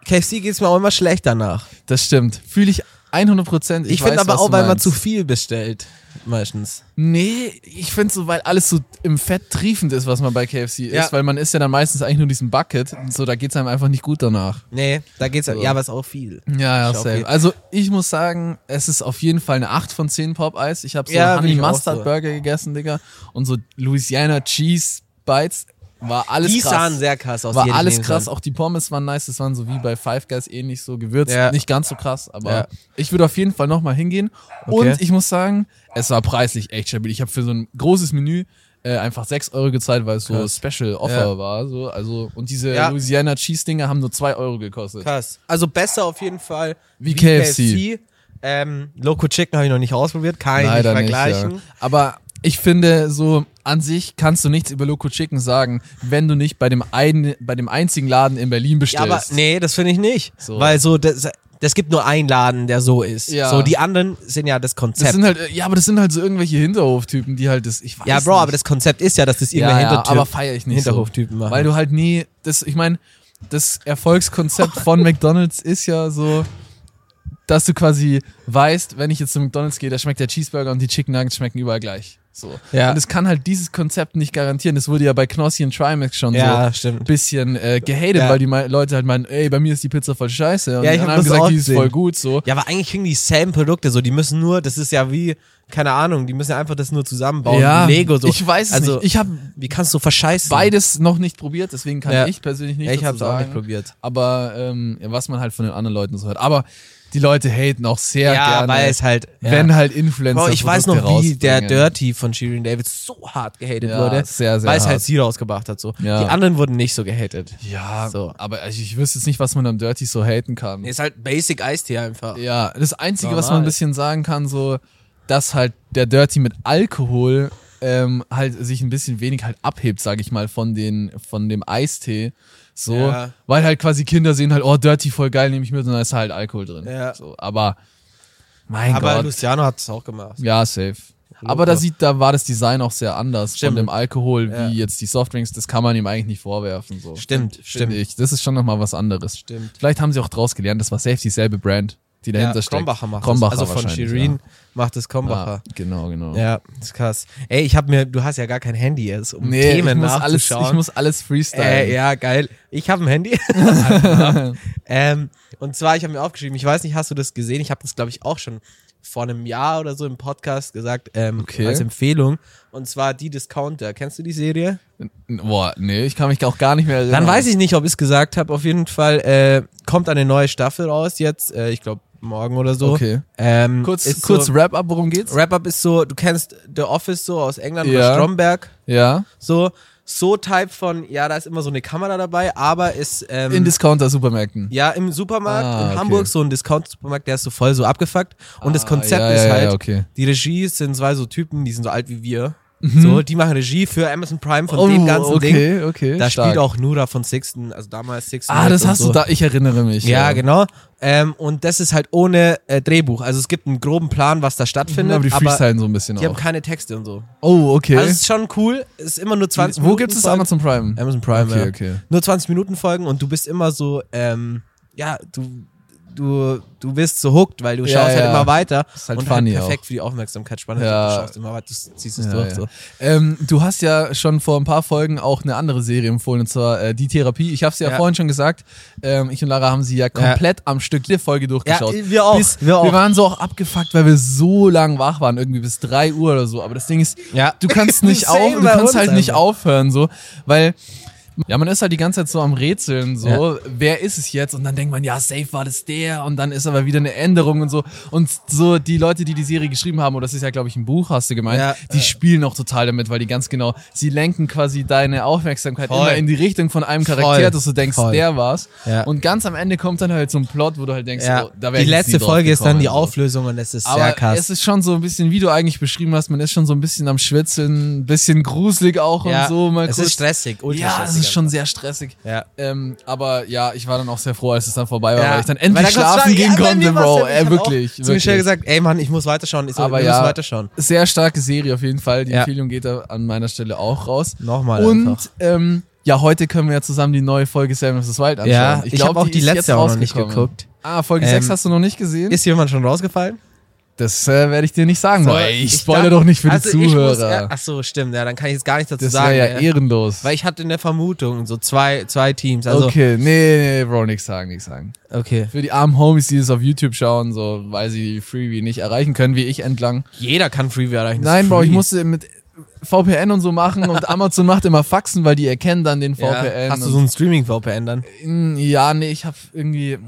Speaker 2: KFC geht's mir auch immer schlecht danach.
Speaker 1: Das stimmt. Fühle ich 100 Prozent.
Speaker 2: Ich,
Speaker 1: weiß,
Speaker 2: find aber
Speaker 1: was
Speaker 2: auch,
Speaker 1: du
Speaker 2: weil man
Speaker 1: meinst.
Speaker 2: zu viel bestellt. Meistens.
Speaker 1: Nee, ich finde so, weil alles so im Fett triefend ist, was man bei KFC
Speaker 2: Ja.
Speaker 1: ist, weil man isst ja dann meistens eigentlich nur diesen Bucket und so, da geht's einem einfach nicht gut danach.
Speaker 2: Nee, da geht's halt. Ja, aber ist auch viel.
Speaker 1: Ja, ja,
Speaker 2: Ist ja okay.
Speaker 1: safe. Also ich muss sagen, es ist auf jeden Fall eine 8 von 10 Pop-Eis. Ich habe so
Speaker 2: Ja,
Speaker 1: einen
Speaker 2: bin
Speaker 1: Honey
Speaker 2: ich auch
Speaker 1: Mustard
Speaker 2: so.
Speaker 1: Burger gegessen, Digga, und so Louisiana Cheese Bites, war alles
Speaker 2: Die
Speaker 1: krass.
Speaker 2: sahen sehr krass aus.
Speaker 1: war
Speaker 2: die hätte ich
Speaker 1: alles
Speaker 2: nehmen
Speaker 1: krass,
Speaker 2: sollen.
Speaker 1: auch die Pommes waren nice, das waren so wie bei Five Guys ähnlich so gewürzt,
Speaker 2: Ja.
Speaker 1: nicht ganz so krass, aber
Speaker 2: Ja.
Speaker 1: ich würde auf jeden Fall nochmal hingehen
Speaker 2: Okay.
Speaker 1: und ich muss sagen, es war preislich echt stabil. Ich habe für so ein großes Menü äh, einfach 6 Euro gezahlt, weil es so
Speaker 2: Krass.
Speaker 1: Special Offer
Speaker 2: Ja.
Speaker 1: war, so, also und diese
Speaker 2: Ja.
Speaker 1: Louisiana Cheese Dinger haben nur 2 Euro gekostet.
Speaker 2: Krass. Also besser auf jeden Fall.
Speaker 1: Wie KFC.
Speaker 2: Ähm, Loco Chicken habe ich noch nicht ausprobiert. Kann ich
Speaker 1: Leider
Speaker 2: nicht
Speaker 1: nicht, ja.
Speaker 2: vergleichen.
Speaker 1: aber ich finde so an sich kannst du nichts über Loco Chicken sagen, wenn du nicht bei dem einen bei dem einzigen Laden in Berlin
Speaker 2: Ja,
Speaker 1: bestellst.
Speaker 2: aber nee, das finde ich nicht.
Speaker 1: So.
Speaker 2: Weil so, das, das gibt nur einen Laden, der so ist.
Speaker 1: Ja.
Speaker 2: So, die anderen sind ja das Konzept.
Speaker 1: Das sind halt, äh, ja, aber das sind halt so irgendwelche Hinterhoftypen, die halt das, ich weiß
Speaker 2: ja, Bro,
Speaker 1: nicht.
Speaker 2: aber das Konzept ist ja, dass das
Speaker 1: ja,
Speaker 2: irgendeine
Speaker 1: ja,
Speaker 2: Hintertür.
Speaker 1: aber feiere ich nicht
Speaker 2: Hinterhoftypen
Speaker 1: so.
Speaker 2: machen.
Speaker 1: Weil du halt nie, das, ich meine, das Erfolgskonzept von McDonalds ist ja so, dass du quasi weißt, wenn ich jetzt zu McDonalds gehe, da schmeckt der Cheeseburger und die Chicken Nuggets schmecken überall gleich. So.
Speaker 2: Ja.
Speaker 1: Und es kann halt dieses Konzept nicht garantieren. Das wurde ja bei Knossi und Trimax schon
Speaker 2: ja,
Speaker 1: so ein
Speaker 2: stimmt.
Speaker 1: bisschen äh, gehatet,
Speaker 2: Ja.
Speaker 1: weil die mei- Leute halt meinen, ey, bei mir ist die Pizza voll scheiße. Und
Speaker 2: Ja,
Speaker 1: die
Speaker 2: ich hab
Speaker 1: anderen
Speaker 2: das auch
Speaker 1: gesagt, die ist
Speaker 2: gesehen.
Speaker 1: voll gut. So.
Speaker 2: Ja, aber eigentlich kriegen die same Produkte so, die müssen nur, das ist ja wie, keine Ahnung, die müssen ja einfach das nur zusammenbauen. wie Lego so.
Speaker 1: Ich weiß es
Speaker 2: also,
Speaker 1: nicht. Ich habe
Speaker 2: wie kannst du verscheißen?
Speaker 1: beides noch nicht probiert, deswegen kann
Speaker 2: Ja.
Speaker 1: ich persönlich nicht
Speaker 2: Ja, ich
Speaker 1: dazu
Speaker 2: hab's auch
Speaker 1: sagen.
Speaker 2: nicht probiert.
Speaker 1: Aber ähm, was man halt von den anderen Leuten so hört. Aber die Leute haten auch sehr
Speaker 2: Ja,
Speaker 1: gerne,
Speaker 2: weil es halt. Ja.
Speaker 1: wenn halt Influencer
Speaker 2: Bro, ich weiß
Speaker 1: Produkte
Speaker 2: noch, wie der
Speaker 1: rausbringen.
Speaker 2: Dirty von Shirin David so hart gehatet
Speaker 1: Ja,
Speaker 2: wurde.
Speaker 1: sehr, sehr
Speaker 2: Weil es halt
Speaker 1: hart.
Speaker 2: sie rausgebracht hat. So.
Speaker 1: Ja.
Speaker 2: Die anderen wurden nicht so gehatet.
Speaker 1: Ja,
Speaker 2: So.
Speaker 1: aber ich, ich wüsste jetzt nicht, was man am Dirty so haten kann.
Speaker 2: Ist halt Basic Eistee einfach.
Speaker 1: Ja, das Einzige, was man
Speaker 2: Normal.
Speaker 1: ein bisschen sagen kann, so, dass halt der Dirty mit Alkohol ähm, halt sich ein bisschen wenig halt abhebt, sage ich mal, von, den, von dem Eistee. So,
Speaker 2: Ja.
Speaker 1: weil halt quasi Kinder sehen halt, oh, Dirty voll geil, nehme ich mit und da ist halt Alkohol drin.
Speaker 2: Ja.
Speaker 1: So, aber, mein
Speaker 2: Aber
Speaker 1: Gott.
Speaker 2: Luciano hat es auch gemacht.
Speaker 1: Ja, safe. Aber da sieht, da war das Design auch sehr anders
Speaker 2: Stimmt.
Speaker 1: von dem Alkohol
Speaker 2: Ja.
Speaker 1: wie jetzt die Softdrinks. Das kann man ihm eigentlich nicht vorwerfen. So.
Speaker 2: Stimmt,
Speaker 1: Finde ich. Das ist schon nochmal was anderes.
Speaker 2: Stimmt.
Speaker 1: Vielleicht haben sie auch draus gelernt, das war safe dieselbe Brand, die dahinter
Speaker 2: ja,
Speaker 1: steckt.
Speaker 2: Krombacher macht
Speaker 1: Krombacher
Speaker 2: das. Also von
Speaker 1: wahrscheinlich,
Speaker 2: Shirin macht es
Speaker 1: Ja. Ah,
Speaker 2: Krombacher.
Speaker 1: genau, genau.
Speaker 2: Ja. ist krass. Ey, ich hab mir, du hast ja gar kein Handy jetzt, um
Speaker 1: Nee,
Speaker 2: Themen
Speaker 1: ich muss alles,
Speaker 2: nachzuschauen.
Speaker 1: ich muss alles freestylen.
Speaker 2: Äh, ja, geil. Ich habe ein Handy. Einfach. ähm, und zwar, ich habe mir aufgeschrieben, ich weiß nicht, hast du das gesehen? Ich habe das, glaube ich, auch schon vor einem Jahr oder so im Podcast gesagt, ähm,
Speaker 1: Okay.
Speaker 2: als Empfehlung. Und zwar die Discounter. Kennst du die Serie?
Speaker 1: Boah, nee, ich kann mich auch gar nicht mehr erinnern.
Speaker 2: Dann weiß ich nicht, ob ich es gesagt habe. Auf jeden Fall äh, kommt eine neue Staffel raus jetzt. Äh, ich glaube, morgen oder so.
Speaker 1: Okay.
Speaker 2: Ähm,
Speaker 1: Kurz,
Speaker 2: ist
Speaker 1: kurz
Speaker 2: So,
Speaker 1: Wrap-up, worum geht's?
Speaker 2: Wrap-Up ist so, du kennst The Office so aus England
Speaker 1: Ja.
Speaker 2: oder Stromberg.
Speaker 1: Ja.
Speaker 2: So, so Type von, ja, da ist immer so eine Kamera dabei, aber ist... Ähm,
Speaker 1: In Discounter-Supermärkten.
Speaker 2: Ja, im Supermarkt
Speaker 1: Ah,
Speaker 2: in
Speaker 1: okay.
Speaker 2: Hamburg, so ein Discount-Supermarkt, der ist so voll so abgefuckt. Und das
Speaker 1: Ah,
Speaker 2: Konzept
Speaker 1: ja,
Speaker 2: ist
Speaker 1: ja,
Speaker 2: halt,
Speaker 1: Ja, okay. Mhm.
Speaker 2: die Regie sind zwei so Typen, die sind so alt wie wir. So, die machen Regie für Amazon Prime von dem ganzen Ding.
Speaker 1: Oh, okay, okay.
Speaker 2: Da
Speaker 1: stark.
Speaker 2: spielt auch Nura von Sixten, also damals Sixten.
Speaker 1: Ah,
Speaker 2: Nights
Speaker 1: das
Speaker 2: und
Speaker 1: hast
Speaker 2: so.
Speaker 1: du da, ich erinnere mich.
Speaker 2: Ja, genau. Ähm, und das ist halt ohne äh, Drehbuch. Also es gibt einen groben Plan, was da stattfindet,
Speaker 1: aber die
Speaker 2: aber,
Speaker 1: freestylen so ein bisschen
Speaker 2: die haben
Speaker 1: auch.
Speaker 2: keine Texte und so.
Speaker 1: Oh, okay.
Speaker 2: Also es ist schon cool, es ist immer nur 20
Speaker 1: Wo
Speaker 2: Minuten
Speaker 1: gibt es
Speaker 2: Folgen.
Speaker 1: Amazon Prime?
Speaker 2: Amazon Prime,
Speaker 1: Okay,
Speaker 2: ja.
Speaker 1: okay.
Speaker 2: Nur 20 Minuten Folgen und du bist immer so, ähm, ja, du, du, du bist so hooked, weil du
Speaker 1: Ja,
Speaker 2: schaust halt
Speaker 1: ja.
Speaker 2: immer weiter.
Speaker 1: Ist halt
Speaker 2: und
Speaker 1: funny
Speaker 2: halt perfekt
Speaker 1: auch.
Speaker 2: für die Aufmerksamkeitsspanne. Also
Speaker 1: Ja.
Speaker 2: Du schaust immer weiter, du ziehst es
Speaker 1: Ja,
Speaker 2: durch.
Speaker 1: ja.
Speaker 2: So.
Speaker 1: Ähm, du hast ja schon vor ein paar Folgen auch eine andere Serie empfohlen, und zwar äh, Die Therapie. Ich habe es ja,
Speaker 2: Ja.
Speaker 1: vorhin schon gesagt. Ähm, ich und Lara haben sie ja komplett am Stück jede Folge durchgeschaut.
Speaker 2: Ja, wir auch,
Speaker 1: Bis,
Speaker 2: wir auch.
Speaker 1: waren so auch abgefuckt, weil wir so lang wach waren, irgendwie bis 3 Uhr oder so. Aber das Ding ist,
Speaker 2: Ja.
Speaker 1: du kannst nicht
Speaker 2: Same
Speaker 1: auf, du
Speaker 2: bei
Speaker 1: kannst
Speaker 2: uns
Speaker 1: halt nicht
Speaker 2: einfach.
Speaker 1: aufhören, so, weil ja, man ist halt die ganze Zeit so am Rätseln, so, wer ist es jetzt? Und dann denkt man, ja, safe war das der, und dann ist aber wieder eine Änderung und so. Und so die Leute, die die Serie geschrieben haben, oder das ist ja, glaube ich, ein Buch, hast du gemeint,
Speaker 2: Ja,
Speaker 1: die
Speaker 2: äh.
Speaker 1: spielen auch total damit, weil die ganz genau, sie lenken quasi deine Aufmerksamkeit
Speaker 2: Voll.
Speaker 1: immer in die Richtung von einem
Speaker 2: Voll.
Speaker 1: Charakter, dass du denkst,
Speaker 2: Voll.
Speaker 1: der war's.
Speaker 2: Ja.
Speaker 1: Und ganz am Ende kommt dann halt so ein Plot, wo du halt denkst,
Speaker 2: Ja.
Speaker 1: oh, da wär
Speaker 2: die
Speaker 1: ich jetzt nie
Speaker 2: letzte
Speaker 1: drauf
Speaker 2: Folge ist dann die
Speaker 1: gekommen, so.
Speaker 2: Auflösung und es ist
Speaker 1: Aber
Speaker 2: sehr krass.
Speaker 1: es ist schon so ein bisschen, wie du eigentlich beschrieben hast, man ist schon so ein bisschen am Schwitzen, ein bisschen gruselig auch
Speaker 2: ja.
Speaker 1: und so. Mal
Speaker 2: es
Speaker 1: kurz.
Speaker 2: ist stressig, ultra
Speaker 1: ja, es
Speaker 2: stressig
Speaker 1: ist schon sehr stressig.
Speaker 2: Ja.
Speaker 1: Ähm, aber ja, ich war dann auch sehr froh, als es dann vorbei war,
Speaker 2: Ja.
Speaker 1: weil ich dann
Speaker 2: Weil
Speaker 1: endlich
Speaker 2: dann kurz
Speaker 1: schlafen gehen
Speaker 2: ja, bei
Speaker 1: konnte,
Speaker 2: mir war's
Speaker 1: Bro.
Speaker 2: ja- ich
Speaker 1: Äh,
Speaker 2: hab auch
Speaker 1: wirklich.
Speaker 2: Zu Michelle
Speaker 1: wirklich.
Speaker 2: gesagt, ey Mann, ich muss weiterschauen. Ich so,
Speaker 1: aber
Speaker 2: wir
Speaker 1: ja,
Speaker 2: müssen weiterschauen.
Speaker 1: sehr starke Serie auf jeden Fall. Die
Speaker 2: Ja.
Speaker 1: Empfehlung geht da an meiner Stelle auch raus.
Speaker 2: Nochmal einfach.
Speaker 1: Und ähm, ja, heute können wir ja zusammen die neue Folge Seven vs. Wild anschauen.
Speaker 2: Ja, ich
Speaker 1: glaub,
Speaker 2: hab auch die
Speaker 1: ist
Speaker 2: letzte
Speaker 1: jetzt
Speaker 2: auch noch nicht
Speaker 1: rausgekommen.
Speaker 2: geguckt.
Speaker 1: Ah, Folge
Speaker 2: Ähm,
Speaker 1: 6 hast du noch nicht gesehen?
Speaker 2: Ist jemand schon rausgefallen?
Speaker 1: Das äh, werde ich dir nicht sagen.
Speaker 2: So,
Speaker 1: Boah, ey, ich
Speaker 2: ich
Speaker 1: spoilere
Speaker 2: darf-
Speaker 1: doch nicht für
Speaker 2: also
Speaker 1: die
Speaker 2: Ich muss,
Speaker 1: Zuhörer.
Speaker 2: ja, ach so, stimmt. Ja, dann kann ich jetzt gar nichts dazu
Speaker 1: das
Speaker 2: sagen.
Speaker 1: wäre ja
Speaker 2: ey.
Speaker 1: ehrenlos.
Speaker 2: Weil ich hatte in der Vermutung so zwei, zwei Teams. Also,
Speaker 1: okay, nee, nee, Bro, nix sagen, nix sagen.
Speaker 2: okay.
Speaker 1: Für die armen Homies, die das auf YouTube schauen, so, weil sie die Freebie nicht erreichen können, wie ich entlang.
Speaker 2: Jeder kann Freeware erreichen. das
Speaker 1: Nein,
Speaker 2: ist
Speaker 1: Bro, ich
Speaker 2: free.
Speaker 1: musste mit VPN und so machen und Amazon macht immer Faxen, weil die erkennen dann den
Speaker 2: Ja.
Speaker 1: VPN.
Speaker 2: Hast du so einen Streaming-VPN dann?
Speaker 1: Mm, Ja, nee, ich habe irgendwie,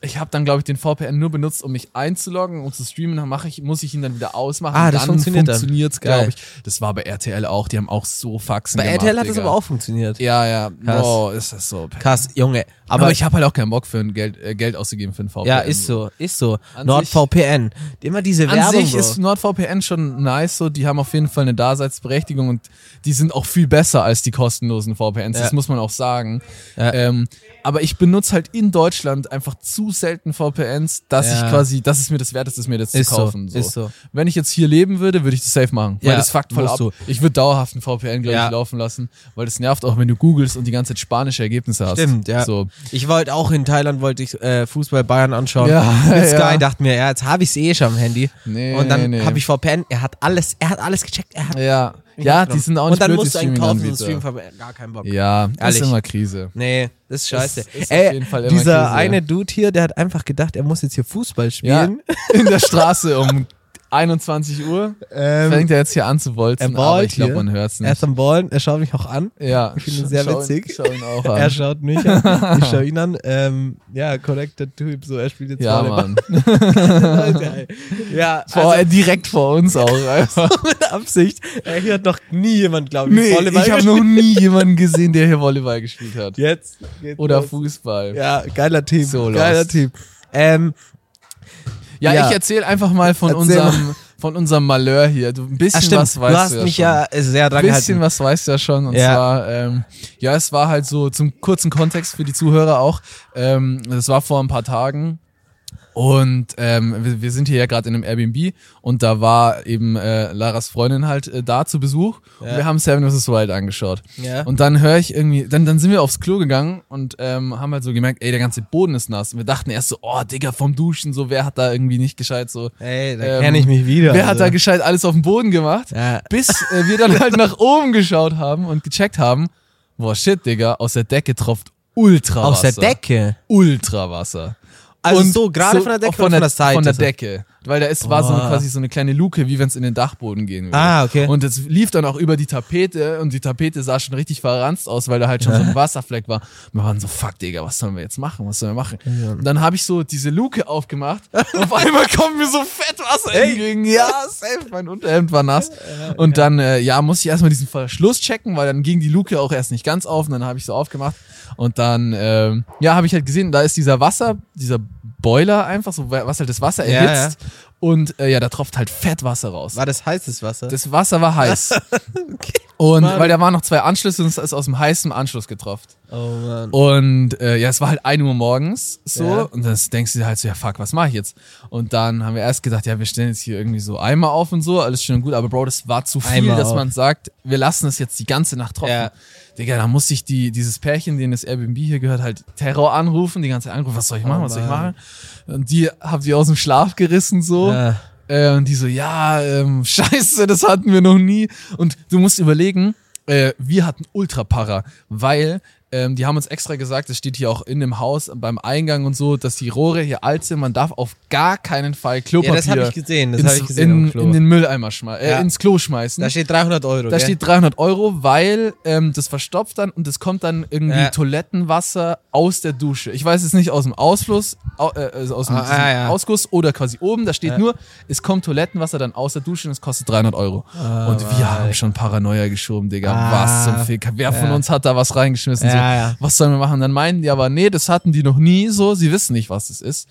Speaker 1: ich habe dann glaube ich den VPN nur benutzt, um mich einzuloggen und zu streamen. Dann mache ich, muss ich ihn dann wieder ausmachen.
Speaker 2: Ah, das
Speaker 1: dann
Speaker 2: funktioniert dann.
Speaker 1: funktioniert's,
Speaker 2: Geil.
Speaker 1: glaube ich. Das war bei RTL auch. Die haben auch so Faxen
Speaker 2: Bei
Speaker 1: gemacht,
Speaker 2: RTL hat das
Speaker 1: Digga.
Speaker 2: aber auch funktioniert.
Speaker 1: Ja, ja,
Speaker 2: Krass.
Speaker 1: Bro, ist das so.
Speaker 2: Krass, Junge.
Speaker 1: Aber,
Speaker 2: Aber,
Speaker 1: ich habe halt auch keinen Bock für ein Geld, äh, Geld auszugeben für ein VPN.
Speaker 2: ja, ist so, ist so.
Speaker 1: An
Speaker 2: NordVPN. Immer diese
Speaker 1: An
Speaker 2: Werbung,
Speaker 1: sich
Speaker 2: Bro.
Speaker 1: ist NordVPN schon nice, so die haben auf jeden Fall eine Daseinsberechtigung und die sind auch viel besser als die kostenlosen VPNs, das
Speaker 2: Ja.
Speaker 1: muss man auch sagen.
Speaker 2: Ja.
Speaker 1: Ähm, aber ich benutze halt in Deutschland einfach zu selten VPNs, dass
Speaker 2: Ja.
Speaker 1: ich quasi, dass es mir das wert ist, es mir das
Speaker 2: Ist
Speaker 1: zu
Speaker 2: so,
Speaker 1: kaufen. So.
Speaker 2: ist so.
Speaker 1: Wenn ich jetzt hier leben würde, würde ich das safe machen, weil
Speaker 2: Ja,
Speaker 1: das fuckt voll
Speaker 2: musst
Speaker 1: ab.
Speaker 2: du.
Speaker 1: Ich würde dauerhaft einen VPN gleich
Speaker 2: Ja.
Speaker 1: laufen lassen, weil das nervt auch, wenn du googelst und die ganze Zeit spanische Ergebnisse hast.
Speaker 2: Stimmt, ja.
Speaker 1: So.
Speaker 2: Ich wollte auch in Thailand, wollte ich äh, Fußball Bayern anschauen.
Speaker 1: Ja,
Speaker 2: Mit Sky
Speaker 1: ja.
Speaker 2: dachte mir, ja, jetzt habe ich es eh schon am Handy.
Speaker 1: Nee,
Speaker 2: und dann
Speaker 1: nee.
Speaker 2: habe ich VPN. Er hat alles, er hat alles gecheckt. Er hat
Speaker 1: Ja, ja, die sind auch nicht blöd,
Speaker 2: genau. Und dann
Speaker 1: die
Speaker 2: musst du einen kaufen und
Speaker 1: Streaming-Anbieter.
Speaker 2: Streaming-VPN. Gar keinen Bock.
Speaker 1: Ja,
Speaker 2: Ehrlich.
Speaker 1: ist immer Krise.
Speaker 2: Nee, das ist
Speaker 1: Das
Speaker 2: scheiße.
Speaker 1: ist auf
Speaker 2: Ey,
Speaker 1: jeden Fall immer
Speaker 2: dieser
Speaker 1: Käse.
Speaker 2: eine Dude hier, der hat einfach gedacht, er muss jetzt hier Fußball
Speaker 1: Ja,
Speaker 2: spielen.
Speaker 1: in der Straße um 21 Uhr fängt er jetzt hier an zu
Speaker 2: Ähm, er
Speaker 1: wolzen,
Speaker 2: ballt
Speaker 1: aber ich glaube,
Speaker 2: hier.
Speaker 1: man hört's
Speaker 2: er ist
Speaker 1: nicht.
Speaker 2: am Ballen, er schaut mich auch an.
Speaker 1: Ja,
Speaker 2: Ich finde ihn sehr
Speaker 1: schau
Speaker 2: witzig.
Speaker 1: Ihn, schau ihn auch
Speaker 2: Er
Speaker 1: an.
Speaker 2: schaut mich an, ich schau ihn an. Ähm, ja, connected Typ, so er spielt jetzt
Speaker 1: Ja,
Speaker 2: Volleyball.
Speaker 1: Mann.
Speaker 2: Leute, ey. ja,
Speaker 1: Vor,
Speaker 2: also
Speaker 1: direkt vor uns auch. einfach.
Speaker 2: mit Absicht. Ey, hier hat noch nie jemand, glaube ich,
Speaker 1: nee,
Speaker 2: Volleyball
Speaker 1: ich habe
Speaker 2: gespielt.
Speaker 1: noch nie jemanden gesehen, der hier Volleyball gespielt hat.
Speaker 2: Jetzt geht's
Speaker 1: Oder
Speaker 2: los.
Speaker 1: Fußball. Ja,
Speaker 2: Ja, geiler Typ,
Speaker 1: So lost.
Speaker 2: geiler Typ. Ähm, ja.
Speaker 1: ich erzähl einfach mal von
Speaker 2: Erzähl mal.
Speaker 1: unserem von unserem Malheur hier. Du, ein bisschen
Speaker 2: ah, stimmt,
Speaker 1: was
Speaker 2: du
Speaker 1: weißt
Speaker 2: hast
Speaker 1: du ja
Speaker 2: mich
Speaker 1: schon.
Speaker 2: ja sehr dran
Speaker 1: bisschen
Speaker 2: gehalten.
Speaker 1: was weißt du ja schon. Und
Speaker 2: halt Ja.
Speaker 1: zwar, ähm, ja, es war halt so zum kurzen Kontext für die Zuhörer auch. Ähm, das war vor ein paar Tagen. Und ähm, wir, wir sind hier ja gerade in einem Airbnb und da war eben äh, Laras Freundin halt äh, da zu Besuch
Speaker 2: Ja.
Speaker 1: und wir haben Seven vs. Wild angeschaut.
Speaker 2: Ja.
Speaker 1: Und dann höre ich irgendwie, dann, dann sind wir aufs Klo gegangen und ähm, haben halt so gemerkt, ey, der ganze Boden ist nass. Und wir dachten erst so, oh Digga, vom Duschen, so, wer hat da irgendwie nicht gescheit so,
Speaker 2: Ey, da
Speaker 1: Ähm,
Speaker 2: kenn ich mich wieder.
Speaker 1: wer hat da
Speaker 2: also.
Speaker 1: gescheit alles auf den Boden gemacht?
Speaker 2: ja.
Speaker 1: Bis äh, wir dann halt nach oben geschaut haben und gecheckt haben, boah shit, Digga, aus der Decke tropft Ultrawasser.
Speaker 2: Aus der Decke.
Speaker 1: Ultrawasser.
Speaker 2: Also so, gerade von der Decke
Speaker 1: von
Speaker 2: oder
Speaker 1: der,
Speaker 2: von der Seite
Speaker 1: Von der
Speaker 2: so?
Speaker 1: Decke. Weil da ist, war so eine,
Speaker 2: Boah.
Speaker 1: quasi so eine kleine Luke, wie wenn es in den Dachboden gehen würde.
Speaker 2: Ah, okay.
Speaker 1: Und es lief dann auch über die Tapete und die Tapete sah schon richtig verranzt aus, weil da halt schon so ein Wasserfleck war. Und wir waren so, fuck, Digga, was sollen wir jetzt machen? Was sollen wir machen? Und dann habe ich so diese Luke aufgemacht und auf einmal kommt mir so fett Wasser entgegen. Ja, safe, mein Unterhemd war nass. Und dann, äh, ja, musste ich erstmal diesen Verschluss checken, weil dann ging die Luke auch erst nicht ganz auf und dann habe ich so aufgemacht. Und dann, ähm, ja, habe ich halt gesehen, da ist dieser Wasser, dieser Boiler einfach so, was halt das Wasser
Speaker 2: Ja,
Speaker 1: erhitzt. Und äh, ja, da tropft halt Fettwasser raus.
Speaker 2: War das heißes Wasser?
Speaker 1: Das Wasser war heiß. Und
Speaker 2: Mann.
Speaker 1: weil da waren noch zwei Anschlüsse und es ist aus dem heißen Anschluss getroffen.
Speaker 2: oh Mann.
Speaker 1: Und äh, ja, es war halt 1 Uhr morgens so.
Speaker 2: Ja.
Speaker 1: Und dann denkst du dir halt so, ja fuck, was mache ich jetzt? Und dann haben wir erst gedacht, ja, wir stellen jetzt hier irgendwie so Eimer auf und so, alles schön und gut, aber Bro, das war zu viel,
Speaker 2: Eimer
Speaker 1: dass
Speaker 2: auf.
Speaker 1: man sagt, wir lassen es jetzt die ganze Nacht trocken.
Speaker 2: Ja.
Speaker 1: Digga, da muss ich die, dieses Pärchen, denen das Airbnb hier gehört, halt Terror anrufen, die ganze Zeit anrufen, was soll ich machen,
Speaker 2: Oh
Speaker 1: was soll ich
Speaker 2: Mann.
Speaker 1: machen? Und die hab die aus dem Schlaf gerissen so.
Speaker 2: Ja.
Speaker 1: Äh, und die so, ja, ähm, scheiße, das hatten wir noch nie. Und du musst überlegen, äh, wir hatten Ultraparra, weil ähm, die haben uns extra gesagt, das steht hier auch in dem Haus beim Eingang und so, dass die Rohre hier alt sind. Man darf auf gar keinen Fall
Speaker 2: ja,
Speaker 1: Klopapier
Speaker 2: das habe ich gesehen. Das
Speaker 1: ins,
Speaker 2: habe ich gesehen.
Speaker 1: in,
Speaker 2: am Klo.
Speaker 1: in den Mülleimer schmeißen, äh,
Speaker 2: Ja.
Speaker 1: ins Klo schmeißen.
Speaker 2: da steht 300 Euro.
Speaker 1: Da
Speaker 2: gell?
Speaker 1: steht 300 Euro, weil ähm, das verstopft dann und es kommt dann irgendwie
Speaker 2: Ja.
Speaker 1: Toilettenwasser aus der Dusche. Ich weiß es nicht aus dem Ausfluss, au, äh, also aus dem
Speaker 2: Ah,
Speaker 1: diesem
Speaker 2: ah, ja.
Speaker 1: Ausguss oder quasi oben. Da steht
Speaker 2: Ja.
Speaker 1: nur, es kommt Toilettenwasser dann aus der Dusche und es kostet 300 Euro. und wir haben schon Paranoia geschoben, Digga.
Speaker 2: Ah.
Speaker 1: was zum Fick? Wer von
Speaker 2: Ja.
Speaker 1: uns hat da was reingeschmissen? so,
Speaker 2: Ja, ja.
Speaker 1: Was sollen wir machen? Dann meinen die aber, nee, das hatten die noch nie so. Sie wissen nicht, was das ist.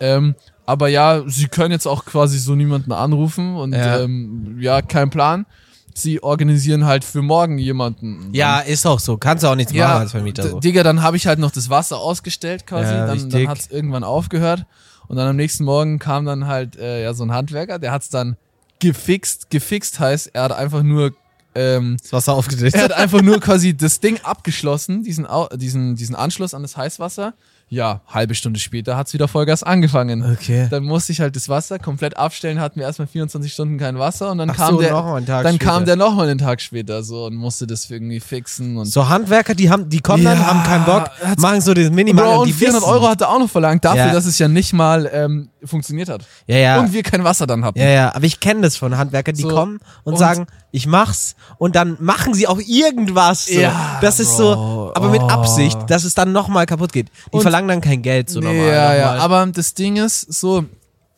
Speaker 1: Ähm, aber ja, sie können jetzt auch quasi so niemanden anrufen und
Speaker 2: Ja.
Speaker 1: ähm, ja, kein Plan. Sie organisieren halt für morgen jemanden.
Speaker 2: ja, ist auch so. Kannst du auch nichts machen
Speaker 1: ja,
Speaker 2: als Vermieter.
Speaker 1: D-
Speaker 2: So.
Speaker 1: Digga, dann habe ich halt noch das Wasser ausgestellt quasi,
Speaker 2: Ja,
Speaker 1: dann,
Speaker 2: wichtig.
Speaker 1: dann hat es irgendwann aufgehört und dann am nächsten Morgen kam dann halt äh, ja so ein Handwerker, der hat es dann gefixt, gefixt heißt, er hat einfach nur ähm,
Speaker 2: Das Wasser aufgedreht.
Speaker 1: er hat einfach nur quasi das Ding abgeschlossen, diesen, Au- diesen, diesen Anschluss an das Heißwasser. Ja, halbe Stunde später hat's wieder Vollgas angefangen.
Speaker 2: Okay.
Speaker 1: Dann musste ich halt das Wasser komplett abstellen, hatten wir erstmal 24 Stunden kein Wasser und dann
Speaker 2: Ach
Speaker 1: kam
Speaker 2: so,
Speaker 1: der
Speaker 2: noch mal einen Tag
Speaker 1: dann
Speaker 2: später.
Speaker 1: kam der nochmal einen Tag später so und musste das irgendwie fixen und
Speaker 2: So Handwerker, die haben, die kommen dann,
Speaker 1: Ja,
Speaker 2: haben keinen Bock,
Speaker 1: hat's-
Speaker 2: machen so den Minimal.
Speaker 1: Bro, und
Speaker 2: die
Speaker 1: 400
Speaker 2: wissen.
Speaker 1: Euro hat er auch noch verlangt dafür,
Speaker 2: Ja.
Speaker 1: dass es ja nicht mal ähm, funktioniert hat.
Speaker 2: Ja, ja.
Speaker 1: Und wir kein Wasser dann hatten.
Speaker 2: Ja, ja, aber ich kenne das von Handwerkern, die
Speaker 1: So,
Speaker 2: kommen und,
Speaker 1: und-
Speaker 2: sagen, ich mach's und dann machen sie auch irgendwas. So.
Speaker 1: Ja,
Speaker 2: das ist so,
Speaker 1: Bro.
Speaker 2: aber mit
Speaker 1: Oh.
Speaker 2: Absicht, dass es dann nochmal kaputt geht. Die
Speaker 1: Und-
Speaker 2: verlangen dann kein Geld so normal.
Speaker 1: Ja,
Speaker 2: nochmal.
Speaker 1: ja, aber das Ding ist so,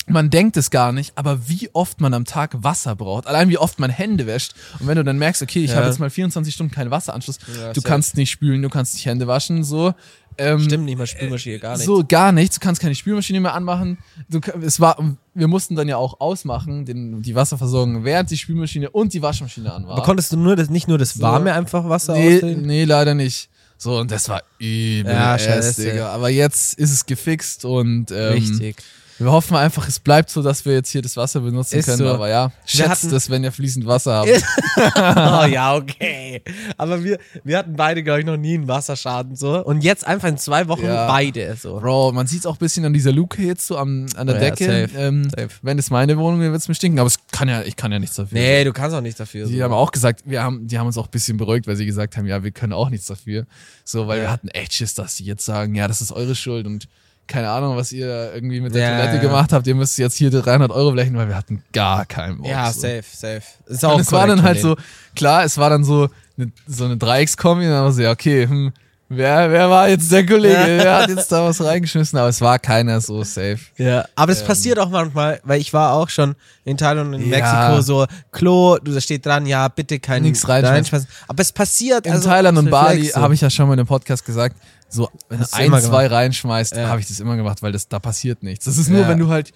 Speaker 1: man denkt es gar nicht, aber wie oft man am Tag Wasser braucht, allein wie oft man Hände wäscht. Und wenn du dann merkst, okay, ich
Speaker 2: Ja.
Speaker 1: habe jetzt mal 24 Stunden keinen Wasseranschluss,
Speaker 2: Ja,
Speaker 1: du
Speaker 2: safe.
Speaker 1: kannst nicht spülen, du kannst nicht Hände waschen, so. Ähm,
Speaker 2: Stimmt nicht mal Spülmaschine, gar nicht.
Speaker 1: So gar nichts, du kannst keine Spülmaschine mehr anmachen. Du, ka- es war, wir mussten dann ja auch ausmachen, den, die Wasserversorgung, während die Spülmaschine und die Waschmaschine an war.
Speaker 2: Aber konntest du nur das, nicht nur das warme einfach Wasser
Speaker 1: Nee,
Speaker 2: ausdrehen?
Speaker 1: nee, leider nicht. So, und das war übel.
Speaker 2: Ja,
Speaker 1: Ja,
Speaker 2: scheiße.
Speaker 1: Digga. Aber jetzt ist es gefixt und ähm,
Speaker 2: Richtig.
Speaker 1: wir hoffen einfach, es bleibt so, dass wir jetzt hier das Wasser benutzen
Speaker 2: Ist
Speaker 1: können.
Speaker 2: so.
Speaker 1: Aber ja, schätzt
Speaker 2: hatten-
Speaker 1: es, wenn ihr fließend Wasser habt.
Speaker 2: oh ja, okay. Aber wir, wir hatten beide, glaube ich, noch nie einen Wasserschaden so. Und jetzt einfach in zwei Wochen
Speaker 1: Ja.
Speaker 2: beide so.
Speaker 1: Bro, man sieht es auch ein bisschen an dieser Luke jetzt so am, an der
Speaker 2: Oh Ja,
Speaker 1: Decke.
Speaker 2: safe,
Speaker 1: ähm,
Speaker 2: safe.
Speaker 1: Wenn es meine Wohnung wäre, wird es mir stinken. Aber es kann ja, ich kann ja nichts dafür.
Speaker 2: Nee, du kannst auch nichts dafür.
Speaker 1: Die
Speaker 2: so.
Speaker 1: haben auch gesagt, wir haben, die haben uns auch ein bisschen beruhigt, weil sie gesagt haben, ja, wir können auch nichts dafür. So, weil wir hatten echt Schiss, dass sie jetzt sagen, ja, das ist eure Schuld und keine Ahnung, was ihr da irgendwie mit der
Speaker 2: Ja,
Speaker 1: Toilette
Speaker 2: ja.
Speaker 1: gemacht habt. Ihr müsst jetzt hier 300 Euro blechen, weil wir hatten gar keinen Bock.
Speaker 2: Ja,
Speaker 1: so.
Speaker 2: safe, safe. Ist
Speaker 1: Und es war
Speaker 2: korrekt
Speaker 1: dann
Speaker 2: von
Speaker 1: halt
Speaker 2: denen.
Speaker 1: so, klar, es war dann so eine, so eine Dreieckskombi und dann war so, ja, okay, hm, wer, wer war jetzt der Kollege?
Speaker 2: Ja.
Speaker 1: Wer hat jetzt da was reingeschmissen? Aber es war keiner so safe.
Speaker 2: Ja, aber das passiert auch manchmal, weil ich war auch schon in Thailand und in
Speaker 1: Ähm. Ja.
Speaker 2: Mexiko so, Klo, du, da steht dran, ja, bitte kein
Speaker 1: Nix reinschmeißen.
Speaker 2: reinschmeißen. Aber es passiert. also
Speaker 1: In Thailand und Bali
Speaker 2: habe
Speaker 1: habe ich ja schon mal in einem Podcast gesagt, so wenn du
Speaker 2: Hast du
Speaker 1: ein,
Speaker 2: immer
Speaker 1: zwei reinschmeißt,
Speaker 2: Ja.
Speaker 1: habe ich das immer gemacht, weil das da passiert nichts. Das ist nur,
Speaker 2: Ja.
Speaker 1: wenn du halt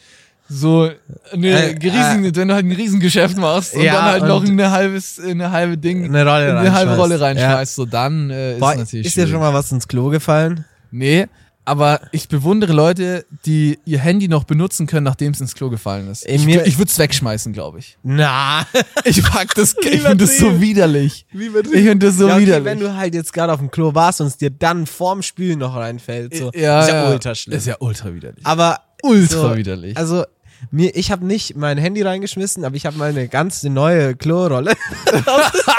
Speaker 1: so eine
Speaker 2: Äh,
Speaker 1: riesen, wenn du halt ein Riesengeschäft machst und
Speaker 2: Ja,
Speaker 1: dann halt noch
Speaker 2: und-
Speaker 1: eine halbes, eine halbe Ding,
Speaker 2: Eine Rolle
Speaker 1: eine halbe
Speaker 2: reinschmeißt.
Speaker 1: Rolle reinschmeißt, so dann äh, ist
Speaker 2: Boah,
Speaker 1: natürlich.
Speaker 2: ist dir schon
Speaker 1: schwierig.
Speaker 2: mal was ins Klo gefallen?
Speaker 1: nee, aber ich bewundere Leute, die ihr Handy noch benutzen können, nachdem es ins Klo gefallen ist.
Speaker 2: Ey,
Speaker 1: ich
Speaker 2: mir-
Speaker 1: ich würde es wegschmeißen, glaube ich.
Speaker 2: Na,
Speaker 1: Ich pack das, ich
Speaker 2: Lieber
Speaker 1: finde das so
Speaker 2: Dave.
Speaker 1: widerlich.
Speaker 2: wie
Speaker 1: Ich finde das so
Speaker 2: ja, okay,
Speaker 1: widerlich.
Speaker 2: wenn du halt jetzt gerade auf dem Klo warst und es dir dann vorm Spülen noch reinfällt, so.
Speaker 1: ja,
Speaker 2: ist ja, ultra schlimm.
Speaker 1: Ist ja ultra widerlich.
Speaker 2: aber
Speaker 1: ultra
Speaker 2: so,
Speaker 1: widerlich.
Speaker 2: Also mir, ich habe nicht mein Handy reingeschmissen, aber ich habe meine ganz neue Klorolle.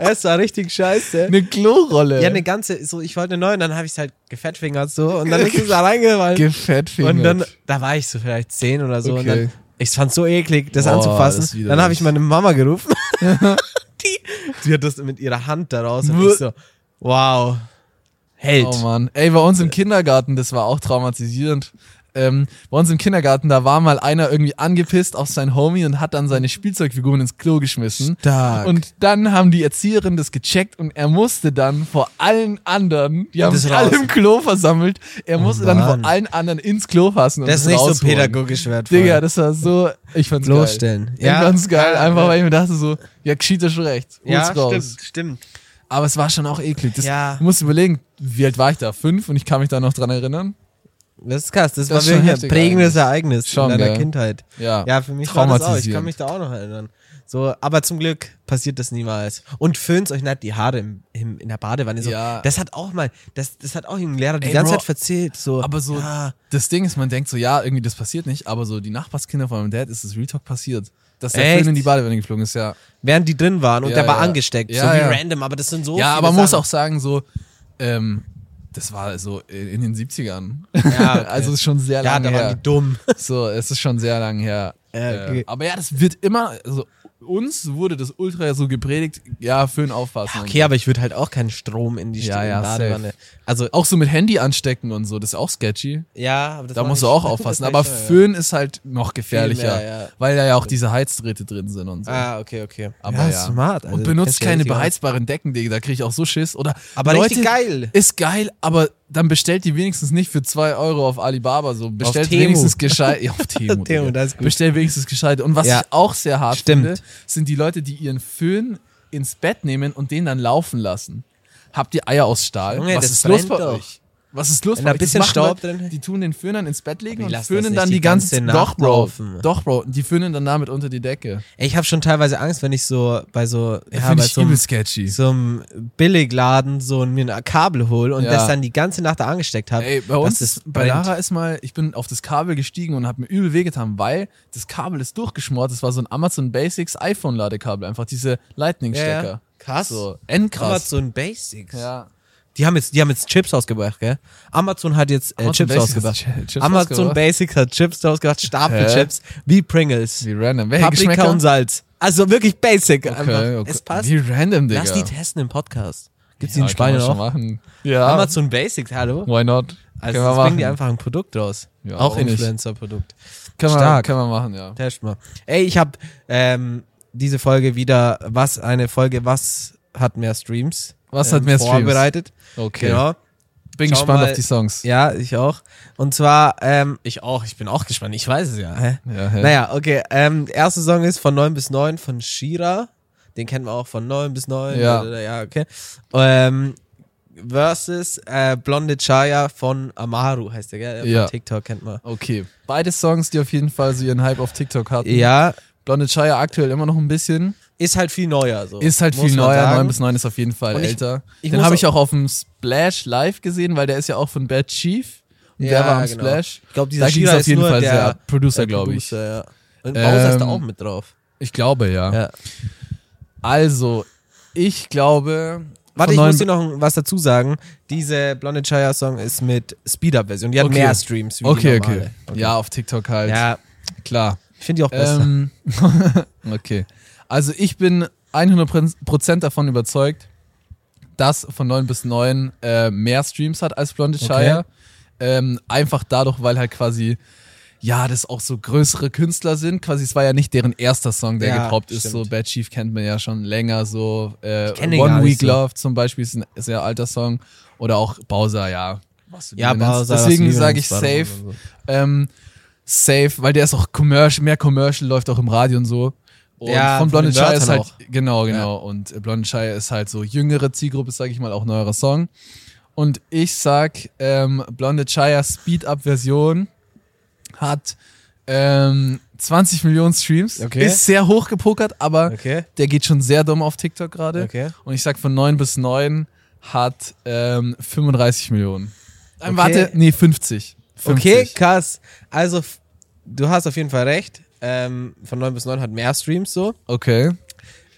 Speaker 2: es war richtig scheiße.
Speaker 1: eine Klorolle.
Speaker 2: Ja, eine ganze, so ich wollte eine neue und dann habe ich es halt gefettfingert so und dann ist es da reingefallen.
Speaker 1: Gefettfingert.
Speaker 2: Und dann, da war ich so vielleicht zehn oder so und
Speaker 1: Okay.
Speaker 2: dann, ich fand's so eklig, das
Speaker 1: Boah,
Speaker 2: anzufassen.
Speaker 1: das ist widerlich.
Speaker 2: dann habe ich meine Mama gerufen. die, die hat das mit ihrer Hand daraus und
Speaker 1: Wuh.
Speaker 2: ich so, wow, Held.
Speaker 1: Oh Mann. Ey, bei uns im Kindergarten, das war auch traumatisierend. Ähm, bei uns im Kindergarten, da war mal einer irgendwie angepisst auf sein Homie und hat dann seine Spielzeugfiguren ins Klo geschmissen.
Speaker 2: Stark.
Speaker 1: Und dann haben die Erzieherin das gecheckt und er musste dann vor allen anderen, die haben
Speaker 2: Das
Speaker 1: sich
Speaker 2: raus.
Speaker 1: alle im Klo versammelt, er musste dann vor
Speaker 2: Mann.
Speaker 1: allen anderen ins Klo fassen. Und
Speaker 2: das ist nicht so
Speaker 1: rausholen.
Speaker 2: pädagogisch wertvoll.
Speaker 1: Digga, das war so, ich fand's geil.
Speaker 2: Bloßstellen.
Speaker 1: Ja, ganz geil,
Speaker 2: ja,
Speaker 1: einfach
Speaker 2: ja.
Speaker 1: weil ich mir dachte so, ja, geschieht ist schon recht. Hol's
Speaker 2: Ja,
Speaker 1: raus.
Speaker 2: stimmt, stimmt.
Speaker 1: Aber es war schon auch eklig. Das,
Speaker 2: Ja.
Speaker 1: Du musst überlegen, wie alt war ich da? Fünf und ich kann mich da noch dran erinnern.
Speaker 2: Das ist krass,
Speaker 1: Das
Speaker 2: das,
Speaker 1: ist
Speaker 2: war
Speaker 1: schon
Speaker 2: wirklich ein
Speaker 1: heftig
Speaker 2: prägendes
Speaker 1: eigentlich.
Speaker 2: Ereignis
Speaker 1: Schon,
Speaker 2: in deiner
Speaker 1: gell?
Speaker 2: Kindheit.
Speaker 1: Ja.
Speaker 2: Ja, für mich war das auch. Ich
Speaker 1: Traumatisierend.
Speaker 2: kann mich da auch noch erinnern. So, aber zum Glück passiert das niemals. Und föhnt euch nicht die Haare im, im, in der Badewanne. So,
Speaker 1: Ja.
Speaker 2: Das hat auch mal, das, das hat auch irgendein Lehrer die
Speaker 1: Ey,
Speaker 2: ganze
Speaker 1: Bro,
Speaker 2: Zeit verzählt. So,
Speaker 1: Aber so,
Speaker 2: ja,
Speaker 1: das Ding ist, man denkt so, ja, irgendwie das passiert nicht, aber so die Nachbarskinder von meinem Dad ist das Real Talk passiert. Dass der
Speaker 2: Echt?
Speaker 1: Film in die Badewanne geflogen ist, ja.
Speaker 2: während die drin waren und
Speaker 1: Ja,
Speaker 2: der war
Speaker 1: ja.
Speaker 2: angesteckt. so
Speaker 1: Ja,
Speaker 2: wie
Speaker 1: ja.
Speaker 2: random, aber das sind so.
Speaker 1: ja,
Speaker 2: viele
Speaker 1: aber man muss
Speaker 2: Sachen.
Speaker 1: auch sagen, so, ähm, das war so in den 70ern.
Speaker 2: Ja, okay.
Speaker 1: also ist schon sehr
Speaker 2: Ja,
Speaker 1: lange
Speaker 2: da
Speaker 1: her.
Speaker 2: waren die dumm.
Speaker 1: So, es ist schon sehr lang her.
Speaker 2: Ja, okay.
Speaker 1: Äh, aber ja, das wird immer, also uns wurde das Ultra so gepredigt, ja, Föhn aufpassen.
Speaker 2: Okay, aber ich würde halt auch keinen Strom in die
Speaker 1: Ja,
Speaker 2: in die
Speaker 1: ja,
Speaker 2: Badewanne. Also,
Speaker 1: Auch so mit Handy anstecken und so, das ist auch sketchy.
Speaker 2: ja, aber das
Speaker 1: Da
Speaker 2: mach
Speaker 1: musst du
Speaker 2: ich-
Speaker 1: auch
Speaker 2: das
Speaker 1: aufpassen.
Speaker 2: mach ich
Speaker 1: Aber
Speaker 2: schon, ja.
Speaker 1: Föhn ist halt noch gefährlicher,
Speaker 2: Viel mehr, ja.
Speaker 1: weil da ja auch diese Heizdrähte drin sind und so.
Speaker 2: Ah, okay, okay.
Speaker 1: Aber
Speaker 2: ja,
Speaker 1: ja.
Speaker 2: smart. Alter.
Speaker 1: und benutzt
Speaker 2: Kannst du
Speaker 1: keine
Speaker 2: richtig machen.
Speaker 1: beheizbaren Decken, Digga, da krieg ich auch so Schiss. Oder
Speaker 2: Aber
Speaker 1: Leute,
Speaker 2: richtig geil.
Speaker 1: Ist geil, aber dann bestellt die wenigstens nicht für zwei Euro auf Alibaba. So bestellt
Speaker 2: Temu.
Speaker 1: wenigstens gescheit. Ja, auf Temu.
Speaker 2: Temu,
Speaker 1: Digga.
Speaker 2: das ist gut.
Speaker 1: Bestellt wenigstens gescheit. Und was
Speaker 2: Ja.
Speaker 1: ich auch sehr hart
Speaker 2: Stimmt.
Speaker 1: finde, sind die Leute, die ihren Föhn ins Bett nehmen und den dann laufen lassen. Habt ihr Eier aus Stahl?
Speaker 2: Junge,
Speaker 1: was
Speaker 2: das
Speaker 1: ist los
Speaker 2: brennt
Speaker 1: bei
Speaker 2: doch.
Speaker 1: euch? Was ist los
Speaker 2: Wenn
Speaker 1: bei
Speaker 2: da
Speaker 1: euch?
Speaker 2: bisschen
Speaker 1: Das machen
Speaker 2: Staub
Speaker 1: Leute,
Speaker 2: drin-
Speaker 1: Die tun den Föhn dann ins Bett legen
Speaker 2: die
Speaker 1: und
Speaker 2: lassen das
Speaker 1: föhnen
Speaker 2: nicht
Speaker 1: dann die,
Speaker 2: die
Speaker 1: ganze,
Speaker 2: ganze
Speaker 1: Doch,
Speaker 2: Nacht
Speaker 1: Bro.
Speaker 2: laufen.
Speaker 1: Doch, Bro. Die föhnen dann damit unter die Decke.
Speaker 2: Ey, Ich habe schon teilweise Angst, wenn ich so bei so, ja,
Speaker 1: Finde
Speaker 2: bei
Speaker 1: ich
Speaker 2: so
Speaker 1: übel
Speaker 2: einem,
Speaker 1: sketchy.
Speaker 2: so einem Billigladen so ein- mir ein Kabel hole und
Speaker 1: Ja.
Speaker 2: das dann die ganze Nacht da angesteckt habe.
Speaker 1: Ey, bei uns,
Speaker 2: das
Speaker 1: bei
Speaker 2: brennt.
Speaker 1: Lara ist mal, ich bin auf das Kabel gestiegen und habe mir übel wehgetan, weil das Kabel ist durchgeschmort. Das war so ein Amazon Basics iPhone-Ladekabel, einfach diese
Speaker 2: ja,
Speaker 1: Lightning-Stecker.
Speaker 2: ja. Krass.
Speaker 1: So,
Speaker 2: Krass.
Speaker 1: endkrass.
Speaker 2: Amazon Basics.
Speaker 1: Ja.
Speaker 2: Die haben jetzt, die haben jetzt Chips rausgebracht, gell? Amazon hat jetzt äh,
Speaker 1: Amazon
Speaker 2: Chips
Speaker 1: Basics hat
Speaker 2: rausgebracht.
Speaker 1: Chi- Chips
Speaker 2: Amazon
Speaker 1: rausgebracht?
Speaker 2: Basics hat Chips rausgebracht, Stapelchips, wie Pringles,
Speaker 1: Wie random. Welche
Speaker 2: Paprika
Speaker 1: Geschmäcker?
Speaker 2: und Salz. Also wirklich basic
Speaker 1: Okay,
Speaker 2: einfach.
Speaker 1: okay.
Speaker 2: Es passt.
Speaker 1: Wie random, Digga.
Speaker 2: Lass die testen im Podcast. Gibt's die
Speaker 1: ja,
Speaker 2: in Spanien auch?
Speaker 1: machen. Ja.
Speaker 2: Amazon Basics, hallo?
Speaker 1: Why not?
Speaker 2: Also
Speaker 1: können wir
Speaker 2: das bringen die
Speaker 1: machen.
Speaker 2: einfach ein Produkt raus.
Speaker 1: Ja,
Speaker 2: auch
Speaker 1: warum nicht?
Speaker 2: Influencer-Produkt.
Speaker 1: Können wir,
Speaker 2: Stark.
Speaker 1: können wir machen, ja.
Speaker 2: Test mal. Ey, ich habe ähm, diese Folge wieder, was eine Folge, was hat mehr Streams? ähm,
Speaker 1: Was hat mehr Streams?
Speaker 2: Vorbereitet.
Speaker 1: Okay.
Speaker 2: Genau.
Speaker 1: Bin
Speaker 2: Schau
Speaker 1: gespannt
Speaker 2: mal.
Speaker 1: auf die Songs.
Speaker 2: Ja, ich auch. Und zwar, ähm, ich auch, ich bin auch gespannt, ich weiß es ja. Hä?
Speaker 1: Ja, hä?
Speaker 2: Naja, okay. Ähm, der erste Song ist von 9 bis 9 von Shira. Den kennen wir auch von 9 bis 9.
Speaker 1: Ja.
Speaker 2: ja okay. Ähm, versus äh, Blonde Chaya von Amaru heißt der, gell?
Speaker 1: Ja.
Speaker 2: Von TikTok kennt man.
Speaker 1: Okay. Beide Songs, die auf jeden Fall so ihren Hype auf TikTok hatten.
Speaker 2: Ja,
Speaker 1: Blonde Chaya aktuell immer noch ein bisschen.
Speaker 2: ist halt viel neuer. So.
Speaker 1: Ist halt
Speaker 2: Muss
Speaker 1: viel
Speaker 2: man
Speaker 1: neuer,
Speaker 2: sagen.
Speaker 1: 9 bis 9 ist auf jeden Fall
Speaker 2: Und ich-
Speaker 1: älter.
Speaker 2: ich
Speaker 1: Den
Speaker 2: muss
Speaker 1: habe ich auch auf dem Splash live gesehen, weil der ist ja auch von Bad Chief. Und der
Speaker 2: Ja,
Speaker 1: war am
Speaker 2: genau.
Speaker 1: Splash.
Speaker 2: Ich glaube,
Speaker 1: Da
Speaker 2: dieser
Speaker 1: ging's
Speaker 2: Shira
Speaker 1: auf
Speaker 2: ist
Speaker 1: jeden
Speaker 2: nur
Speaker 1: Fall
Speaker 2: der,
Speaker 1: sehr ab.
Speaker 2: der
Speaker 1: Producer, glaube ich.
Speaker 2: Producer, Ja. Und Bowser ist da
Speaker 1: Ähm,
Speaker 2: auch mit drauf.
Speaker 1: Ich glaube, ja.
Speaker 2: Ja.
Speaker 1: Also, ich glaube. von
Speaker 2: Warte, ich
Speaker 1: neun-
Speaker 2: muss dir noch was dazu sagen. Diese Blonde Chaya Song ist mit Speed-Up-Version. Die hat
Speaker 1: Okay.
Speaker 2: mehr Streams. Wie die
Speaker 1: Okay, okay,
Speaker 2: normale.
Speaker 1: Ja, auf TikTok halt.
Speaker 2: Ja,
Speaker 1: Klar.
Speaker 2: ich finde die auch besser.
Speaker 1: Ähm, okay. Also, ich bin 100% davon überzeugt, dass von 9 bis 9 äh, mehr Streams hat als Blonde Shire. Ähm, einfach dadurch, weil halt quasi, ja, das auch so größere Künstler sind. Quasi, es war ja nicht deren erster Song, der
Speaker 2: Ja,
Speaker 1: gepoppt ist. So
Speaker 2: stimmt.
Speaker 1: Bad Chief kennt man ja schon länger. So äh,
Speaker 2: kenn den
Speaker 1: One
Speaker 2: gar nicht
Speaker 1: Week
Speaker 2: so.
Speaker 1: Love zum Beispiel ist ein sehr alter Song. Oder auch Bowser, ja. Was du
Speaker 2: Ja,
Speaker 1: lieber nennst.
Speaker 2: Bowser, was du
Speaker 1: Deswegen
Speaker 2: lieber
Speaker 1: sage ich
Speaker 2: nennst,
Speaker 1: safe.
Speaker 2: Bowser und
Speaker 1: Ähm, safe, weil der ist auch commercial, mehr commercial, läuft auch im Radio und so. Und
Speaker 2: Ja,
Speaker 1: von
Speaker 2: von
Speaker 1: Blonde
Speaker 2: den
Speaker 1: Chai ist
Speaker 2: Wörtern
Speaker 1: halt, genau, genau. Und Blonde Chai ist halt so jüngere Zielgruppe, sage ich mal, auch neuerer Song. Und ich sag, ähm, Blonde Chaya Speed-Up-Version hat ähm, 20 Millionen Streams.
Speaker 2: Okay.
Speaker 1: Ist sehr hoch gepokert, aber
Speaker 2: Okay.
Speaker 1: der geht schon sehr dumm auf TikTok gerade.
Speaker 2: Okay.
Speaker 1: Und ich sag, von 9 bis 9 hat ähm, 35 Millionen. Ähm,
Speaker 2: Okay.
Speaker 1: Warte, nee, 50. 50.
Speaker 2: Okay, krass. Also, f- du hast auf jeden Fall recht. Ähm, von 9 bis 9 hat mehr Streams so.
Speaker 1: Okay.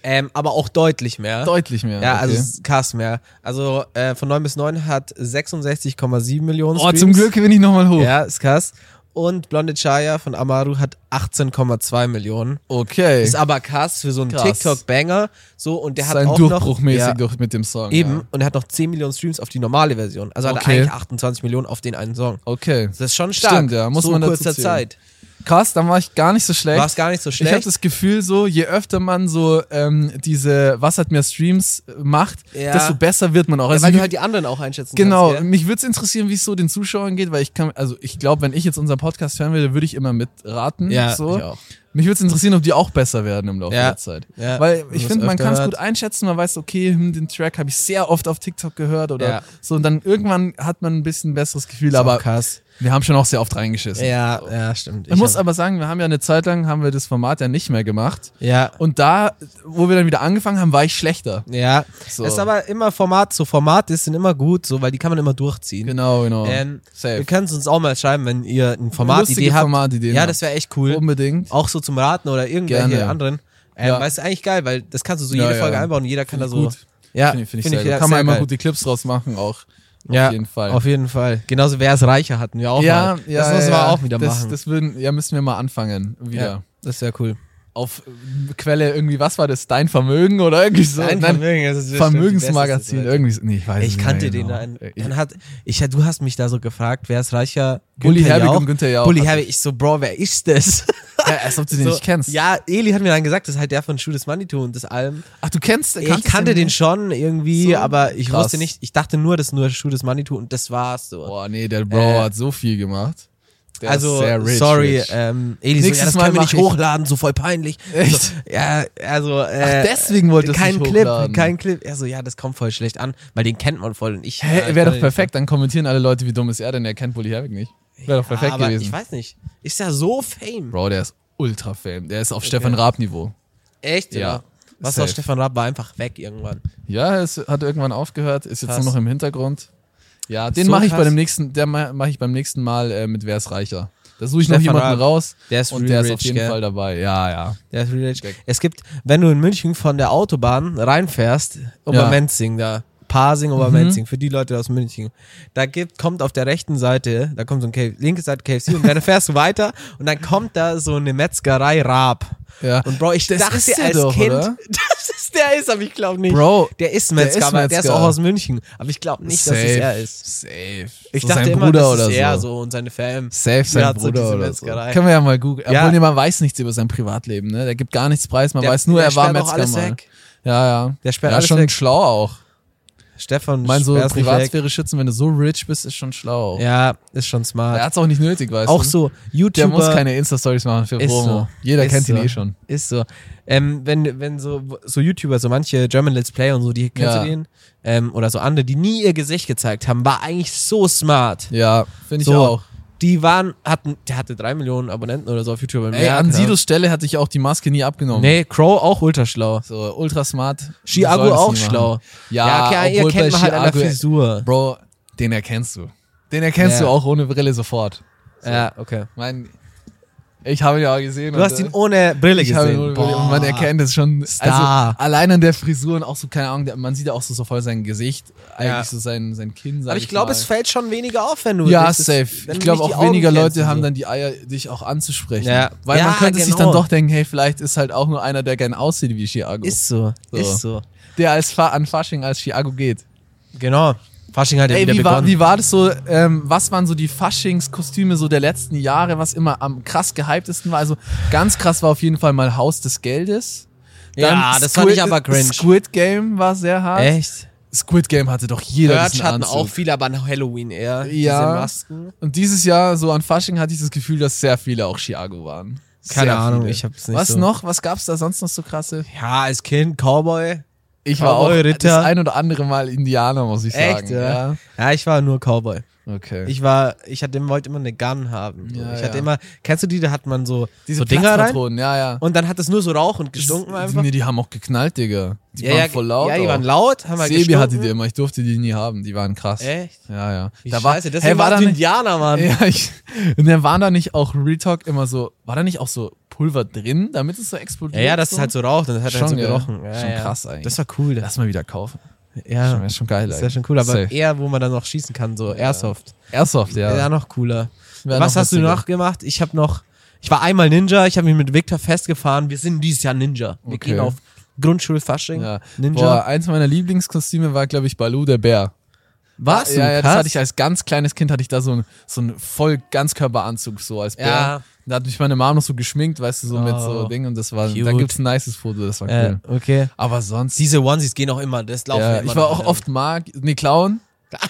Speaker 2: Ähm, aber auch deutlich mehr.
Speaker 1: Deutlich mehr.
Speaker 2: ja,
Speaker 1: okay.
Speaker 2: also s- krass mehr. Also äh, von 9 bis 9 hat 66,7 Millionen
Speaker 1: Oh,
Speaker 2: Streams.
Speaker 1: zum Glück bin ich nochmal hoch.
Speaker 2: Ja, ist krass. Und Blonde Chaya von Amaru hat 18,2 Millionen.
Speaker 1: Okay.
Speaker 2: Ist aber krass für so einen
Speaker 1: Krass.
Speaker 2: TikTok-Banger. So, und der
Speaker 1: ist
Speaker 2: hat
Speaker 1: ein
Speaker 2: auch
Speaker 1: Durchbruch
Speaker 2: noch,
Speaker 1: mäßig
Speaker 2: ja,
Speaker 1: durch mit dem Song.
Speaker 2: Eben,
Speaker 1: Ja.
Speaker 2: und er hat noch 10 Millionen Streams auf die normale Version. Also hat
Speaker 1: Okay.
Speaker 2: er eigentlich 28 Millionen auf den einen Song.
Speaker 1: Okay.
Speaker 2: Das ist schon stark.
Speaker 1: Stimmt, ja, muss
Speaker 2: so
Speaker 1: man
Speaker 2: in
Speaker 1: dazu
Speaker 2: kurzer
Speaker 1: zählen.
Speaker 2: Zeit.
Speaker 1: Krass, dann war ich gar nicht so schlecht.
Speaker 2: War es gar nicht so
Speaker 1: Ich habe
Speaker 2: schlecht.
Speaker 1: das Gefühl so, je öfter man so ähm, diese Was hat mehr Streams äh, macht,
Speaker 2: Ja.
Speaker 1: desto besser wird man auch.
Speaker 2: ja,
Speaker 1: Also
Speaker 2: weil du
Speaker 1: mich-
Speaker 2: halt die anderen auch einschätzen
Speaker 1: genau,
Speaker 2: kannst.
Speaker 1: mich würde es interessieren, wie es so den Zuschauern geht, weil ich kann, also ich glaube, wenn ich jetzt unseren Podcast hören würde, würde ich immer mitraten.
Speaker 2: Ja,
Speaker 1: mhm, so.
Speaker 2: ich auch.
Speaker 1: Mich würde es interessieren, ob die auch besser werden im Laufe
Speaker 2: Ja.
Speaker 1: der Zeit.
Speaker 2: Ja.
Speaker 1: Weil
Speaker 2: Wenn
Speaker 1: ich
Speaker 2: man's
Speaker 1: finde, man
Speaker 2: öfter
Speaker 1: kann es
Speaker 2: hört.
Speaker 1: gut einschätzen, man weiß, okay, hm, den Track habe ich sehr oft auf TikTok gehört oder
Speaker 2: Ja.
Speaker 1: so und dann irgendwann hat man ein bisschen besseres Gefühl,
Speaker 2: Ist auch
Speaker 1: aber
Speaker 2: krass.
Speaker 1: wir haben schon auch sehr oft reingeschissen.
Speaker 2: Ja, ja, stimmt.
Speaker 1: Ich muss aber sagen, wir haben ja eine Zeit lang haben wir das Format ja nicht mehr gemacht.
Speaker 2: ja,
Speaker 1: Und da, wo wir dann wieder angefangen haben, war ich schlechter.
Speaker 2: ja.
Speaker 1: So.
Speaker 2: Ist aber immer Format, so Formate sind immer gut, so, weil die kann man immer durchziehen.
Speaker 1: Genau, genau.
Speaker 2: Ähm,
Speaker 1: Safe.
Speaker 2: Ihr könnt uns auch mal schreiben, wenn ihr ein Formatidee
Speaker 1: Lustige
Speaker 2: habt.
Speaker 1: Formatideen
Speaker 2: ja,
Speaker 1: habt.
Speaker 2: das wäre echt cool.
Speaker 1: Unbedingt.
Speaker 2: Auch so zum Raten oder irgendwelche
Speaker 1: Gerne.
Speaker 2: anderen. Ähm,
Speaker 1: Ja.
Speaker 2: Weil es ist eigentlich geil, weil das kannst du so
Speaker 1: Ja,
Speaker 2: jede
Speaker 1: ja.
Speaker 2: Folge einbauen und jeder kann da so.
Speaker 1: gut.
Speaker 2: Ja,
Speaker 1: finde ich, find ich
Speaker 2: find
Speaker 1: sehr gut.
Speaker 2: ja
Speaker 1: Kann man
Speaker 2: sehr
Speaker 1: immer
Speaker 2: geil.
Speaker 1: gute Clips draus machen auch. Auf
Speaker 2: ja,
Speaker 1: jeden Fall.
Speaker 2: Auf jeden Fall. Genauso wer es reicher hat, ja auch
Speaker 1: ja,
Speaker 2: mal.
Speaker 1: ja,
Speaker 2: das müssen
Speaker 1: ja,
Speaker 2: wir
Speaker 1: ja.
Speaker 2: auch wieder
Speaker 1: das,
Speaker 2: machen.
Speaker 1: Das würden, ja, müssen wir mal anfangen wieder.
Speaker 2: ja, das wäre cool.
Speaker 1: Auf äh, Quelle irgendwie, was war das? Dein Vermögen oder irgendwie so? Nein,
Speaker 2: Vermögen, das ist bestimmt die beste
Speaker 1: Vermögensmagazin
Speaker 2: Seite.
Speaker 1: irgendwie. so- Nee, ich weiß
Speaker 2: Ich
Speaker 1: nicht
Speaker 2: kannte
Speaker 1: mehr
Speaker 2: den
Speaker 1: genau.
Speaker 2: da. Einen,
Speaker 1: Ich-
Speaker 2: dann hat, ich, ja, du hast mich da so gefragt, wer ist reicher?
Speaker 1: Bulli
Speaker 2: Günther
Speaker 1: Herbig
Speaker 2: Jauch?
Speaker 1: und Günther Jauch
Speaker 2: Bulli
Speaker 1: hatte
Speaker 2: Herbig. Ich so, Bro, wer ist das?
Speaker 1: Ja, als ob du den
Speaker 2: so,
Speaker 1: nicht kennst.
Speaker 2: Ja, Eli hat mir dann gesagt, das ist halt der von Shooters Manitou und das Album.
Speaker 1: Ach, du kennst
Speaker 2: Ich
Speaker 1: kanntest
Speaker 2: kannte den schon irgendwie,
Speaker 1: So?
Speaker 2: aber ich
Speaker 1: Krass.
Speaker 2: wusste nicht, ich dachte nur, das ist nur Shooters Manitou und das war's so.
Speaker 1: Boah, nee, der Bro
Speaker 2: Äh,
Speaker 1: hat so viel gemacht. Der
Speaker 2: also,
Speaker 1: ist sehr rich,
Speaker 2: sorry,
Speaker 1: rich.
Speaker 2: Ähm, Eli, so,
Speaker 1: Nächstes
Speaker 2: ja, das
Speaker 1: Mal
Speaker 2: können wir
Speaker 1: mach
Speaker 2: nicht
Speaker 1: ich-
Speaker 2: hochladen, so voll peinlich.
Speaker 1: Echt?
Speaker 2: So, ja, also, äh,
Speaker 1: Ach, deswegen wollte es
Speaker 2: kein
Speaker 1: nicht
Speaker 2: Clip,
Speaker 1: hochladen.
Speaker 2: kein Clip. Er so, ja, das kommt voll schlecht an, weil den kennt man voll und ich. äh,
Speaker 1: Hä,
Speaker 2: ja,
Speaker 1: wäre
Speaker 2: ich-
Speaker 1: doch perfekt, dann kommentieren alle Leute, wie dumm ist er denn, er kennt Bully Herbig nicht. Wäre doch perfekt
Speaker 2: aber
Speaker 1: gewesen.
Speaker 2: Ich weiß nicht. Ist ja so fame.
Speaker 1: Bro, der ist ultra fame. Der ist auf Stefan Raab Niveau.
Speaker 2: Echt?
Speaker 1: Ja.
Speaker 2: oder? Was
Speaker 1: Safe.
Speaker 2: auch Stefan Raab war einfach weg irgendwann.
Speaker 1: Ja, es hat irgendwann aufgehört, ist jetzt
Speaker 2: Krass.
Speaker 1: nur noch im Hintergrund. Ja, den
Speaker 2: So
Speaker 1: mache ich
Speaker 2: krass.
Speaker 1: bei dem nächsten, der mache ich beim nächsten Mal äh, mit Wer ist reicher. Da suche ich noch
Speaker 2: Stefan
Speaker 1: jemanden
Speaker 2: Raab.
Speaker 1: raus
Speaker 2: Der ist
Speaker 1: und der ist
Speaker 2: real
Speaker 1: auf
Speaker 2: rich,
Speaker 1: jeden
Speaker 2: gell?
Speaker 1: Fall dabei. Ja, ja.
Speaker 2: Der ist real rich. Es gibt, wenn du in München von der Autobahn reinfährst, Obermenzing da, Pasing,
Speaker 1: Mhm.
Speaker 2: Obermenzing, für die Leute aus München, da gibt, kommt auf der rechten Seite, da kommt so ein K linke Seite KFC und dann fährst du weiter und dann kommt da so eine Metzgerei Raab.
Speaker 1: Ja.
Speaker 2: Und Bro, ich
Speaker 1: Das
Speaker 2: dachte
Speaker 1: ist der
Speaker 2: als
Speaker 1: doch,
Speaker 2: Kind,
Speaker 1: oder?
Speaker 2: dass es der ist, aber ich glaube nicht.
Speaker 1: Bro,
Speaker 2: der ist
Speaker 1: der
Speaker 2: Metzger,
Speaker 1: ist
Speaker 2: aber der ist
Speaker 1: Metzger.
Speaker 2: auch aus München. Aber ich glaube nicht, dass es er ist.
Speaker 1: Safe.
Speaker 2: Ich
Speaker 1: so
Speaker 2: dachte
Speaker 1: sein
Speaker 2: immer,
Speaker 1: Bruder
Speaker 2: das
Speaker 1: oder
Speaker 2: ist er
Speaker 1: so.
Speaker 2: so und seine Fam.
Speaker 1: Safe sein
Speaker 2: Der hat so
Speaker 1: Bruder
Speaker 2: diese
Speaker 1: oder
Speaker 2: Metzgerei.
Speaker 1: so. Können wir ja mal googeln.
Speaker 2: Ja.
Speaker 1: Obwohl, nee, man weiß nichts über sein Privatleben, ne? Der gibt gar nichts preis, man
Speaker 2: Der-
Speaker 1: weiß nur,
Speaker 2: der
Speaker 1: er war
Speaker 2: sperrt auch
Speaker 1: Metzger
Speaker 2: alles
Speaker 1: mal.
Speaker 2: weg.
Speaker 1: Ja, ja.
Speaker 2: Der sperrt
Speaker 1: ja,
Speaker 2: alles
Speaker 1: schon
Speaker 2: weg.
Speaker 1: schlau auch.
Speaker 2: Stefan,
Speaker 1: Ich meine, so
Speaker 2: sperr's nicht weg.
Speaker 1: Privatsphäre schützen, wenn du so rich bist, ist schon schlau.
Speaker 2: Ja, ist schon smart.
Speaker 1: Er hat's auch nicht nötig, weißt
Speaker 2: auch
Speaker 1: du?
Speaker 2: so
Speaker 1: Der
Speaker 2: YouTuber
Speaker 1: muss keine Insta-Stories machen für
Speaker 2: Ist
Speaker 1: Promo.
Speaker 2: so.
Speaker 1: Jeder
Speaker 2: Ist
Speaker 1: kennt ihn
Speaker 2: so.
Speaker 1: eh schon.
Speaker 2: ist so. Ähm, wenn wenn so so YouTuber, so manche German Let's Play und so, die kennst
Speaker 1: Ja.
Speaker 2: du den ähm, oder so andere, die nie ihr Gesicht gezeigt haben, war eigentlich so smart.
Speaker 1: Ja, finde ich
Speaker 2: so,
Speaker 1: auch.
Speaker 2: Die waren hatten der hatte drei Millionen Abonnenten oder so auf YouTube.
Speaker 1: Ey, an Sidos Stelle hatte ich auch die Maske nie abgenommen.
Speaker 2: genau. Nee, Crow auch ultra schlau.
Speaker 1: So ultra smart.
Speaker 2: Chiago
Speaker 1: Soll das
Speaker 2: auch
Speaker 1: nie machen.
Speaker 2: schlau.
Speaker 1: Ja,
Speaker 2: okay, ihr
Speaker 1: obwohl bei
Speaker 2: kennt man halt an der
Speaker 1: Chiago-
Speaker 2: Frisur.
Speaker 1: Bro, den erkennst du. Den erkennst
Speaker 2: Ja.
Speaker 1: du auch ohne Brille sofort.
Speaker 2: Ja, okay.
Speaker 1: Mein, ich habe ihn ja gesehen. äh,
Speaker 2: Du hast ihn ohne Brille
Speaker 1: ich habe ihn
Speaker 2: gesehen.
Speaker 1: ohne Brille
Speaker 2: Boah.
Speaker 1: und man erkennt es schon.
Speaker 2: Star.
Speaker 1: Also allein an der Frisur und auch so, keine Ahnung, der- man sieht ja auch so, so voll sein Gesicht, eigentlich
Speaker 2: Ja.
Speaker 1: so sein, sein Kinn. Sag
Speaker 2: Aber ich glaube,
Speaker 1: mal.
Speaker 2: es fällt schon weniger auf, wenn du
Speaker 1: Ja,
Speaker 2: das-
Speaker 1: safe.
Speaker 2: wenn
Speaker 1: Ich
Speaker 2: du
Speaker 1: glaube,
Speaker 2: nicht die
Speaker 1: auch
Speaker 2: Augen
Speaker 1: weniger
Speaker 2: kennst
Speaker 1: Leute
Speaker 2: und
Speaker 1: haben
Speaker 2: so.
Speaker 1: dann die Eier, dich auch anzusprechen.
Speaker 2: Ja.
Speaker 1: Weil
Speaker 2: Ja,
Speaker 1: man könnte sich
Speaker 2: genau.
Speaker 1: dann doch denken, hey, vielleicht ist halt auch nur einer, der gern aussieht wie Chiago.
Speaker 2: Ist so,
Speaker 1: So.
Speaker 2: ist so.
Speaker 1: der als Fa an Fasching als Chiago geht.
Speaker 2: Genau. Fasching hat ja
Speaker 1: Ey,
Speaker 2: wieder
Speaker 1: wie war,
Speaker 2: begonnen.
Speaker 1: wie war das so, ähm, was waren so die Faschingskostüme so der letzten Jahre, was immer am krass gehyptesten war? Also ganz krass war auf jeden Fall mal Haus des Geldes.
Speaker 2: Ja, das fand ich aber cringe.
Speaker 1: Squid Game war sehr hart.
Speaker 2: Echt?
Speaker 1: Squid Game hatte doch jeder
Speaker 2: Merch
Speaker 1: diesen
Speaker 2: hatten
Speaker 1: Anzug.
Speaker 2: auch viele, aber an Halloween eher. Diese
Speaker 1: Ja.
Speaker 2: Masken.
Speaker 1: Und dieses Jahr, so an Fasching, hatte ich das Gefühl, dass sehr viele auch Chiago waren.
Speaker 2: Keine
Speaker 1: sehr
Speaker 2: Ahnung,
Speaker 1: viele.
Speaker 2: ich hab's nicht
Speaker 1: Was
Speaker 2: so-
Speaker 1: noch? Was gab's da sonst noch so krasse?
Speaker 2: Ja, als Kind Cowboy.
Speaker 1: Ich war auch
Speaker 2: Cowboy, Ritter.
Speaker 1: das ein oder andere Mal Indianer, muss ich sagen.
Speaker 2: Echt, ja? ja? ich war nur Cowboy.
Speaker 1: Okay.
Speaker 2: Ich war, ich hatte, wollte immer eine Gun haben. So.
Speaker 1: Ja,
Speaker 2: ich hatte
Speaker 1: ja.
Speaker 2: immer, kennst du die, da hat man so,
Speaker 1: Diese
Speaker 2: so Dinger rein
Speaker 1: Platzpatronen, ja, ja.
Speaker 2: und dann hat es nur so Rauch und gestunken
Speaker 1: Das-
Speaker 2: einfach.
Speaker 1: Nee, die haben auch geknallt, Digga. Die waren voll laut.
Speaker 2: Ja, die
Speaker 1: auch.
Speaker 2: waren laut, haben halt
Speaker 1: Sebi
Speaker 2: gestunken.
Speaker 1: hatte die immer, ich durfte die nie haben, die waren krass.
Speaker 2: Echt?
Speaker 1: Ja, ja.
Speaker 2: Wie
Speaker 1: Da war,
Speaker 2: scheiße, das
Speaker 1: hey, war da nicht,
Speaker 2: Indianer, Mann.
Speaker 1: ja, ich, und dann waren da nicht auch Real Talk immer so, war da nicht auch so Pulver drin, damit es so
Speaker 2: Ja,
Speaker 1: explodiert?
Speaker 2: ja, das
Speaker 1: so?
Speaker 2: ist halt so raucht und das hat
Speaker 1: Schon,
Speaker 2: halt so
Speaker 1: gell?
Speaker 2: gerochen. Ja,
Speaker 1: Schon
Speaker 2: ja.
Speaker 1: krass eigentlich.
Speaker 2: Das war cool. Das,
Speaker 1: Lass mal wieder kaufen.
Speaker 2: ja,
Speaker 1: Schon, wär schon geil,
Speaker 2: das
Speaker 1: ey.
Speaker 2: wäre schon cool, aber
Speaker 1: Safe.
Speaker 2: eher, wo man dann noch schießen kann, so Airsoft.
Speaker 1: Airsoft, ja.
Speaker 2: Ja, noch cooler.
Speaker 1: Wär
Speaker 2: Was
Speaker 1: noch
Speaker 2: hast du
Speaker 1: lustiger.
Speaker 2: noch gemacht? Ich habe noch, ich war einmal Ninja, ich habe mich mit Victor festgefahren. Wir sind dieses Jahr Ninja. Wir
Speaker 1: Okay.
Speaker 2: gehen auf Grundschulfasching.
Speaker 1: Ja. Boah,
Speaker 2: Ninja.
Speaker 1: eins meiner Lieblingskostüme war, glaube ich, Baloo der Bär.
Speaker 2: Was?
Speaker 1: Ja, ja, das
Speaker 2: Krass.
Speaker 1: hatte ich halt- als ganz kleines Kind, hatte ich da so einen so einen voll Ganzkörperanzug, so als Bär.
Speaker 2: Ja.
Speaker 1: Da hat mich meine Mom noch so geschminkt, weißt du, so mit so
Speaker 2: Oh,
Speaker 1: Ding und das war, da
Speaker 2: cute.
Speaker 1: gibt's ein nices Foto, das war
Speaker 2: äh,
Speaker 1: cool.
Speaker 2: okay.
Speaker 1: Aber sonst,
Speaker 2: Diese Onesies gehen auch immer, das laufen
Speaker 1: ja,
Speaker 2: immer.
Speaker 1: ich war
Speaker 2: noch.
Speaker 1: auch oft Mag, nee, Clown,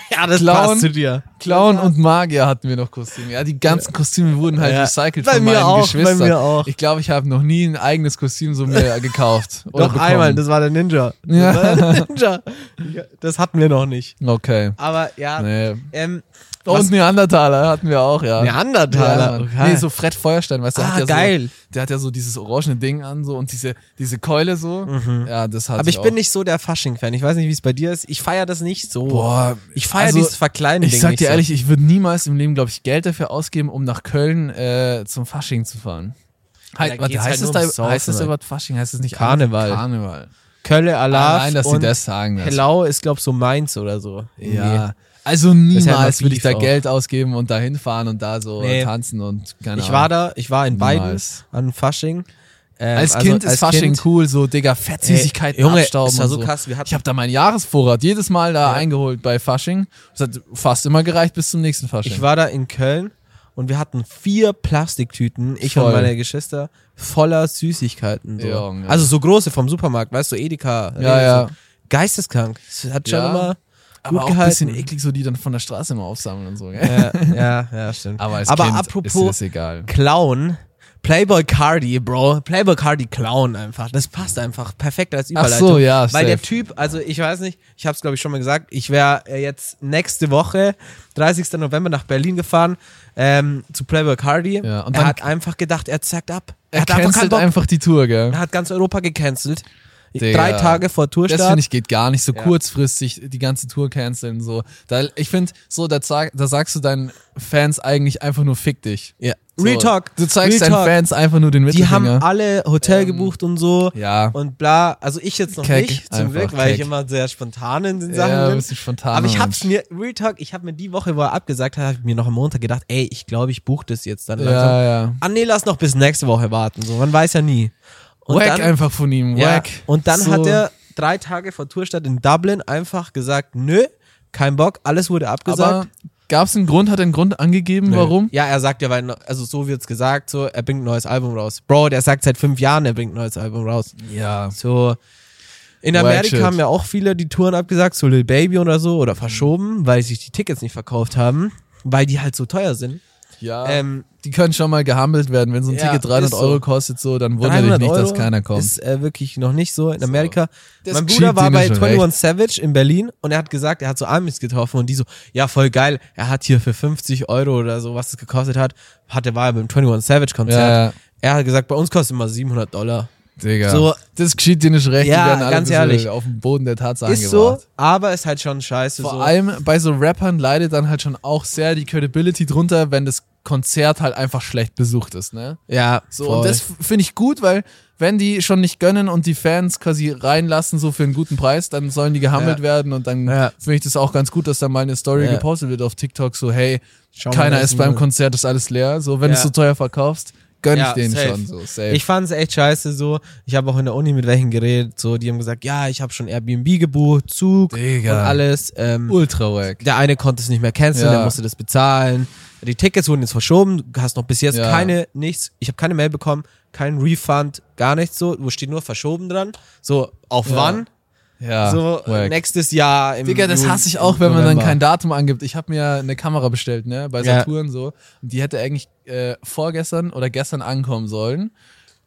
Speaker 2: ja, das
Speaker 1: Clown.
Speaker 2: passt zu dir.
Speaker 1: Clown und Magier hatten wir noch Kostüme. Ja, die ganzen Kostüme wurden halt
Speaker 2: Ja.
Speaker 1: recycelt
Speaker 2: Bei
Speaker 1: von
Speaker 2: mir
Speaker 1: meinen
Speaker 2: auch, bei
Speaker 1: Geschwistern.
Speaker 2: mir auch.
Speaker 1: Ich glaube, ich habe noch nie ein eigenes Kostüm so mir gekauft. oder
Speaker 2: Doch
Speaker 1: bekommen.
Speaker 2: einmal, das war der Ninja. Das
Speaker 1: Ja.
Speaker 2: war der Ninja. Ja, Das hatten wir noch nicht.
Speaker 1: Okay.
Speaker 2: Aber ja,
Speaker 1: Nee.
Speaker 2: ähm, was-
Speaker 1: Und Neandertaler hatten wir auch, ja.
Speaker 2: Neandertaler.
Speaker 1: Ja, Mann. nee, so Fred Feuerstein, weißt du,
Speaker 2: Ah,
Speaker 1: hat ja
Speaker 2: geil.
Speaker 1: So, der hat ja so dieses orangene Ding an so und diese, diese Keule so. Ja, das hat
Speaker 2: Mhm. Aber ich
Speaker 1: auch.
Speaker 2: bin nicht so der Fasching-Fan. Ich weiß nicht, wie es bei dir ist. Ich feiere das nicht so.
Speaker 1: Boah,
Speaker 2: ich feiere
Speaker 1: also,
Speaker 2: dieses Verkleinen.
Speaker 1: Ich sag
Speaker 2: nicht
Speaker 1: dir
Speaker 2: so.
Speaker 1: ehrlich, ich würde niemals im Leben, glaube ich, Geld dafür ausgeben, um nach Köln äh, zum Fasching zu fahren. Halt,
Speaker 2: da
Speaker 1: warte,
Speaker 2: geht's halt
Speaker 1: heißt,
Speaker 2: nur
Speaker 1: es
Speaker 2: ums
Speaker 1: da, heißt
Speaker 2: Saufen,
Speaker 1: es da
Speaker 2: Alter.
Speaker 1: überhaupt Fasching? Heißt es nicht
Speaker 2: Karneval.
Speaker 1: Karneval.
Speaker 2: Kölle, Alarv
Speaker 1: Allein, dass sie
Speaker 2: und
Speaker 1: das sagen. Das
Speaker 2: Hellau ist, glaube ich, so Mainz oder so. Irgendwie.
Speaker 1: Ja. Also
Speaker 2: ja immer
Speaker 1: niemals würde ich
Speaker 2: Beef
Speaker 1: da
Speaker 2: auch.
Speaker 1: Geld ausgeben und da hinfahren und da so
Speaker 2: Nee.
Speaker 1: tanzen und keine
Speaker 2: Ich
Speaker 1: Ahnung.
Speaker 2: war da, ich war in beiden
Speaker 1: Niemals.
Speaker 2: an Fasching. Ähm,
Speaker 1: Als
Speaker 2: also
Speaker 1: Kind ist
Speaker 2: als
Speaker 1: Fasching
Speaker 2: Kind-
Speaker 1: cool, so Digga, Fettsüßigkeiten
Speaker 2: Ey, Junge,
Speaker 1: abstauben
Speaker 2: es war so
Speaker 1: und so.
Speaker 2: krass, wir hatten-
Speaker 1: ich habe da meinen Jahresvorrat jedes Mal da
Speaker 2: Ja.
Speaker 1: eingeholt bei Fasching. Das hat fast immer gereicht bis zum nächsten Fasching.
Speaker 2: Ich war da in Köln und wir hatten vier Plastiktüten, ich
Speaker 1: Voll.
Speaker 2: und meine Geschwister, voller Süßigkeiten. So.
Speaker 1: Junge.
Speaker 2: Also so große vom Supermarkt, weißt du, Edeka.
Speaker 1: Ja,
Speaker 2: Rewe,
Speaker 1: ja.
Speaker 2: so. Geisteskrank. Das hat schon
Speaker 1: Ja.
Speaker 2: immer
Speaker 1: aber
Speaker 2: gut
Speaker 1: auch ein
Speaker 2: gehalten.
Speaker 1: bisschen eklig, so die dann von der Straße immer aufsammeln und so. Gell?
Speaker 2: ja, ja, ja, stimmt.
Speaker 1: Aber als Kind
Speaker 2: apropos
Speaker 1: ist es egal.
Speaker 2: Clown, Playboy Cardi, Bro, Playboy Cardi Clown einfach. Das passt einfach perfekt als
Speaker 1: Ach
Speaker 2: Überleitung.
Speaker 1: so, ja,
Speaker 2: Weil der
Speaker 1: safe.
Speaker 2: Typ, also ich weiß nicht, ich habe es glaube ich schon mal gesagt, ich wäre jetzt nächste Woche, 30. November nach Berlin gefahren ähm, zu Playboy Cardi.
Speaker 1: Ja, und
Speaker 2: er
Speaker 1: dann-
Speaker 2: hat einfach gedacht, er zackt ab. Er,
Speaker 1: Er
Speaker 2: hat einfach keinen
Speaker 1: cancelt
Speaker 2: Bock.
Speaker 1: einfach die Tour, gell?
Speaker 2: er hat ganz Europa gecancelt.
Speaker 1: Digga.
Speaker 2: Drei Tage vor Tourstart.
Speaker 1: Das finde ich geht gar nicht so
Speaker 2: Ja.
Speaker 1: kurzfristig die ganze Tour canceln so. Da, ich finde so da, sag- da sagst du deinen Fans eigentlich einfach nur fick dich.
Speaker 2: ja.
Speaker 1: So,
Speaker 2: Retalk.
Speaker 1: Du zeigst
Speaker 2: Real
Speaker 1: deinen
Speaker 2: Talk.
Speaker 1: Fans einfach nur den
Speaker 2: Die
Speaker 1: Mittelfinger.
Speaker 2: haben alle Hotel gebucht und so.
Speaker 1: Ähm, ja.
Speaker 2: und bla. Also ich jetzt noch
Speaker 1: Keck,
Speaker 2: nicht, zum
Speaker 1: einfach
Speaker 2: Glück, weil ich
Speaker 1: keck.
Speaker 2: immer sehr spontan in den Sachen
Speaker 1: ja, ein
Speaker 2: bin.
Speaker 1: bisschen spontan.
Speaker 2: Aber ich hab's mir, Real Talk, ich hab mir die Woche, wo er abgesagt hat, hab ich mir noch am Montag gedacht, ey, ich glaube, ich buche das jetzt dann langsam.
Speaker 1: Ja, ja.
Speaker 2: Ah, nee, lass noch bis nächste Woche warten, so, man weiß ja nie. Und
Speaker 1: Wack
Speaker 2: dann,
Speaker 1: einfach von ihm,
Speaker 2: ja,
Speaker 1: wack.
Speaker 2: und dann
Speaker 1: So.
Speaker 2: hat er drei Tage vor Tourstart in Dublin einfach gesagt, nö, kein Bock, alles wurde abgesagt.
Speaker 1: Aber gab's einen Grund, hat er einen Grund angegeben,
Speaker 2: Nö.
Speaker 1: warum?
Speaker 2: Ja, er sagt ja, weil, also so wird's gesagt, so, er bringt ein neues Album raus. Bro, der sagt seit fünf Jahren, er bringt ein neues Album raus.
Speaker 1: Ja.
Speaker 2: So. In
Speaker 1: Wild
Speaker 2: Amerika
Speaker 1: shit.
Speaker 2: haben ja auch viele die Touren abgesagt, so Lil Baby oder so, oder verschoben, weil sich die Tickets nicht verkauft haben, weil die halt so teuer sind.
Speaker 1: Ja.
Speaker 2: Ähm,
Speaker 1: die können schon mal gehandelt werden. Wenn so ein
Speaker 2: Ja,
Speaker 1: Ticket 300
Speaker 2: ist so.
Speaker 1: Euro kostet, so, dann wundere dich
Speaker 2: 300
Speaker 1: nicht,
Speaker 2: Euro
Speaker 1: dass keiner kommt.
Speaker 2: ist äh, wirklich noch nicht so in Amerika.
Speaker 1: Das
Speaker 2: mein
Speaker 1: ist
Speaker 2: Bruder
Speaker 1: cheap,
Speaker 2: war
Speaker 1: denen
Speaker 2: bei
Speaker 1: ist schon
Speaker 2: 21 Savage in Berlin und er hat gesagt, er hat so Amis getroffen und die so, ja voll geil, er hat hier für 50 Euro oder so, was es gekostet hat, hatte war er beim 21 Savage Konzert.
Speaker 1: Ja, ja.
Speaker 2: Er hat gesagt, bei uns kostet immer 700 Dollar.
Speaker 1: Digga.
Speaker 2: So-
Speaker 1: das geschieht dir nicht recht.
Speaker 2: Ja,
Speaker 1: die werden alle
Speaker 2: ganz
Speaker 1: ein bisschen
Speaker 2: ehrlich.
Speaker 1: auf dem Boden der Tatsachen
Speaker 2: Ist so,
Speaker 1: gebracht.
Speaker 2: aber ist halt schon scheiße.
Speaker 1: Vor
Speaker 2: so.
Speaker 1: allem bei so Rappern leidet dann halt schon auch sehr die Credibility drunter, wenn das Konzert halt einfach schlecht besucht ist, ne?
Speaker 2: ja,
Speaker 1: So,
Speaker 2: voll.
Speaker 1: und das f- finde ich gut, weil wenn die schon nicht gönnen und die Fans quasi reinlassen, so für einen guten Preis, dann sollen die gehammelt
Speaker 2: Ja.
Speaker 1: werden und dann
Speaker 2: Ja.
Speaker 1: finde ich das auch ganz gut, dass da mal eine Story
Speaker 2: Ja.
Speaker 1: gepostet wird auf TikTok, so, hey,
Speaker 2: Schau mal,
Speaker 1: keiner
Speaker 2: da
Speaker 1: ist
Speaker 2: ist
Speaker 1: beim
Speaker 2: niemand.
Speaker 1: Konzert, ist alles leer, so, wenn
Speaker 2: Ja.
Speaker 1: du es so teuer verkaufst, gönn
Speaker 2: Ja,
Speaker 1: ich denen
Speaker 2: safe.
Speaker 1: schon, so, safe.
Speaker 2: Ich fand's echt scheiße so. Ich habe auch in der Uni mit welchen geredet, so die haben gesagt, ja, ich habe schon Airbnb gebucht, Zug
Speaker 1: Digga.
Speaker 2: und alles. Ähm,
Speaker 1: Ultra wack.
Speaker 2: der eine konnte es nicht mehr canceln,
Speaker 1: Ja.
Speaker 2: der musste das bezahlen. Die Tickets wurden jetzt verschoben, du hast noch bis jetzt
Speaker 1: Ja.
Speaker 2: keine nichts. Ich habe keine Mail bekommen, kein Refund, gar nichts so, wo steht nur verschoben dran. So auf
Speaker 1: Ja.
Speaker 2: wann?
Speaker 1: Ja,
Speaker 2: so äh,
Speaker 1: wack.
Speaker 2: nächstes Jahr im
Speaker 1: Digga, das
Speaker 2: Juni,
Speaker 1: hasse ich auch, wenn man dann
Speaker 2: November.
Speaker 1: kein Datum angibt. Ich habe mir eine Kamera bestellt, ne, bei
Speaker 2: Ja.
Speaker 1: Saturn so. Und die hätte eigentlich äh, vorgestern oder gestern ankommen sollen.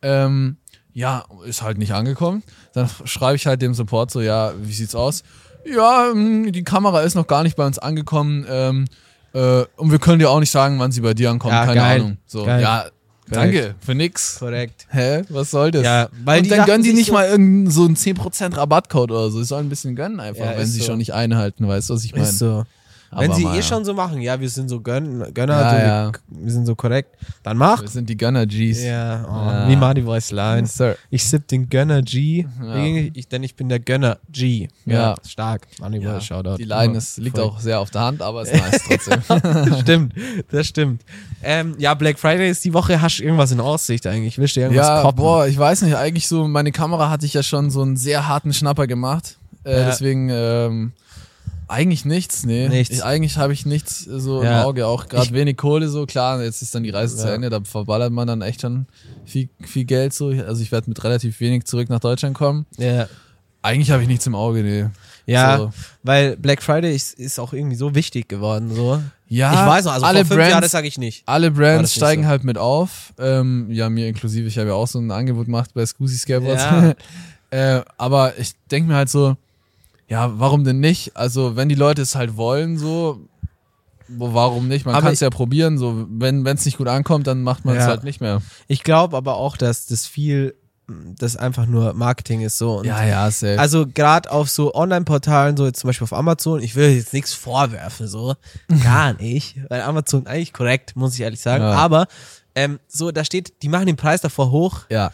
Speaker 1: Ähm, ja, ist halt nicht angekommen. Dann schreibe ich halt dem Support so, ja, wie sieht's aus? Ja, mh, die Kamera ist noch gar nicht bei uns angekommen. Ähm, äh, und wir können dir auch nicht sagen, wann sie bei dir ankommt.
Speaker 2: Ja,
Speaker 1: Keine
Speaker 2: geil.
Speaker 1: Ahnung. So,
Speaker 2: Geil.
Speaker 1: ja, danke, für nix.
Speaker 2: Korrekt.
Speaker 1: Hä? Was soll das?
Speaker 2: Ja, weil
Speaker 1: und
Speaker 2: die
Speaker 1: dann
Speaker 2: dachten
Speaker 1: gönnen die
Speaker 2: sich
Speaker 1: nicht
Speaker 2: so-
Speaker 1: mal irgendeinen so einen 10% Rabattcode oder so. Sie sollen ein bisschen gönnen einfach,
Speaker 2: Ja,
Speaker 1: wenn
Speaker 2: ist
Speaker 1: sie
Speaker 2: so.
Speaker 1: schon nicht einhalten, weißt du, was ich meine?
Speaker 2: Ist so.
Speaker 1: Aber
Speaker 2: Wenn sie
Speaker 1: mal,
Speaker 2: eh
Speaker 1: ja.
Speaker 2: schon so machen, ja, wir sind so Gönn Gönner,
Speaker 1: Ja,
Speaker 2: so,
Speaker 1: ja.
Speaker 2: Wir, wir sind so korrekt, dann mach.
Speaker 1: Wir sind die Gunner Gs.
Speaker 2: Ja, oh,
Speaker 1: Ja.
Speaker 2: wie Marty Voice Line.
Speaker 1: Yes, sir.
Speaker 2: Ich sipp den Gönner G,
Speaker 1: Ja.
Speaker 2: ich, denn ich bin der Gönner G.
Speaker 1: Ja.
Speaker 2: stark. Marty
Speaker 1: Ja,
Speaker 2: Voice Shoutout.
Speaker 1: die Line ist, liegt
Speaker 2: Voll.
Speaker 1: auch sehr auf der Hand, aber ist nice trotzdem.
Speaker 2: stimmt, das stimmt. Ähm, ja, Black Friday ist die Woche. Hast du irgendwas in Aussicht eigentlich? Willst du dir irgendwas
Speaker 1: ja,
Speaker 2: koppen?
Speaker 1: boah, ich weiß nicht, eigentlich so, meine Kamera hatte ich ja schon so einen sehr harten Schnapper gemacht. Äh,
Speaker 2: Ja.
Speaker 1: Deswegen, ähm, eigentlich nichts, nee.
Speaker 2: Nichts.
Speaker 1: Ich, eigentlich habe ich nichts äh, so
Speaker 2: Ja.
Speaker 1: im Auge, auch gerade
Speaker 2: Ich-
Speaker 1: wenig Kohle so. Klar, jetzt ist dann die Reise zu
Speaker 2: Ja.
Speaker 1: Ende, da verballert man dann echt schon viel, viel Geld so. Also ich werde mit relativ wenig zurück nach Deutschland kommen.
Speaker 2: Ja,
Speaker 1: Eigentlich habe ich nichts im Auge, nee.
Speaker 2: ja
Speaker 1: So.
Speaker 2: weil Black Friday ist, ist auch irgendwie so wichtig geworden. So.
Speaker 1: Ja,
Speaker 2: ich weiß noch, also
Speaker 1: alle
Speaker 2: vor fünf
Speaker 1: Brands,
Speaker 2: Jahren, das sage ich nicht.
Speaker 1: alle
Speaker 2: War
Speaker 1: Brands
Speaker 2: das nicht
Speaker 1: steigen
Speaker 2: so?
Speaker 1: halt mit auf. Ähm, ja, mir inklusive, ich habe ja auch so ein Angebot gemacht bei Scusi Skateboards.
Speaker 2: Ja.
Speaker 1: äh, aber ich denke mir halt so, ja, warum denn nicht? Also, wenn die Leute es halt wollen, so, wo- warum nicht? Man
Speaker 2: Aber
Speaker 1: kann es ja probieren. So, wenn es nicht gut ankommt, dann macht man es
Speaker 2: Ja.
Speaker 1: halt nicht mehr.
Speaker 2: Ich glaube aber auch, dass das viel, das einfach nur Marketing ist so. Und
Speaker 1: ja, safe.
Speaker 2: Also gerade auf so Online-Portalen, so jetzt zum Beispiel auf Amazon, ich will jetzt nichts vorwerfen, so gar nicht, weil Amazon eigentlich korrekt, muss ich ehrlich sagen.
Speaker 1: Ja.
Speaker 2: Aber ähm, so da steht, die machen den Preis davor hoch,
Speaker 1: ja.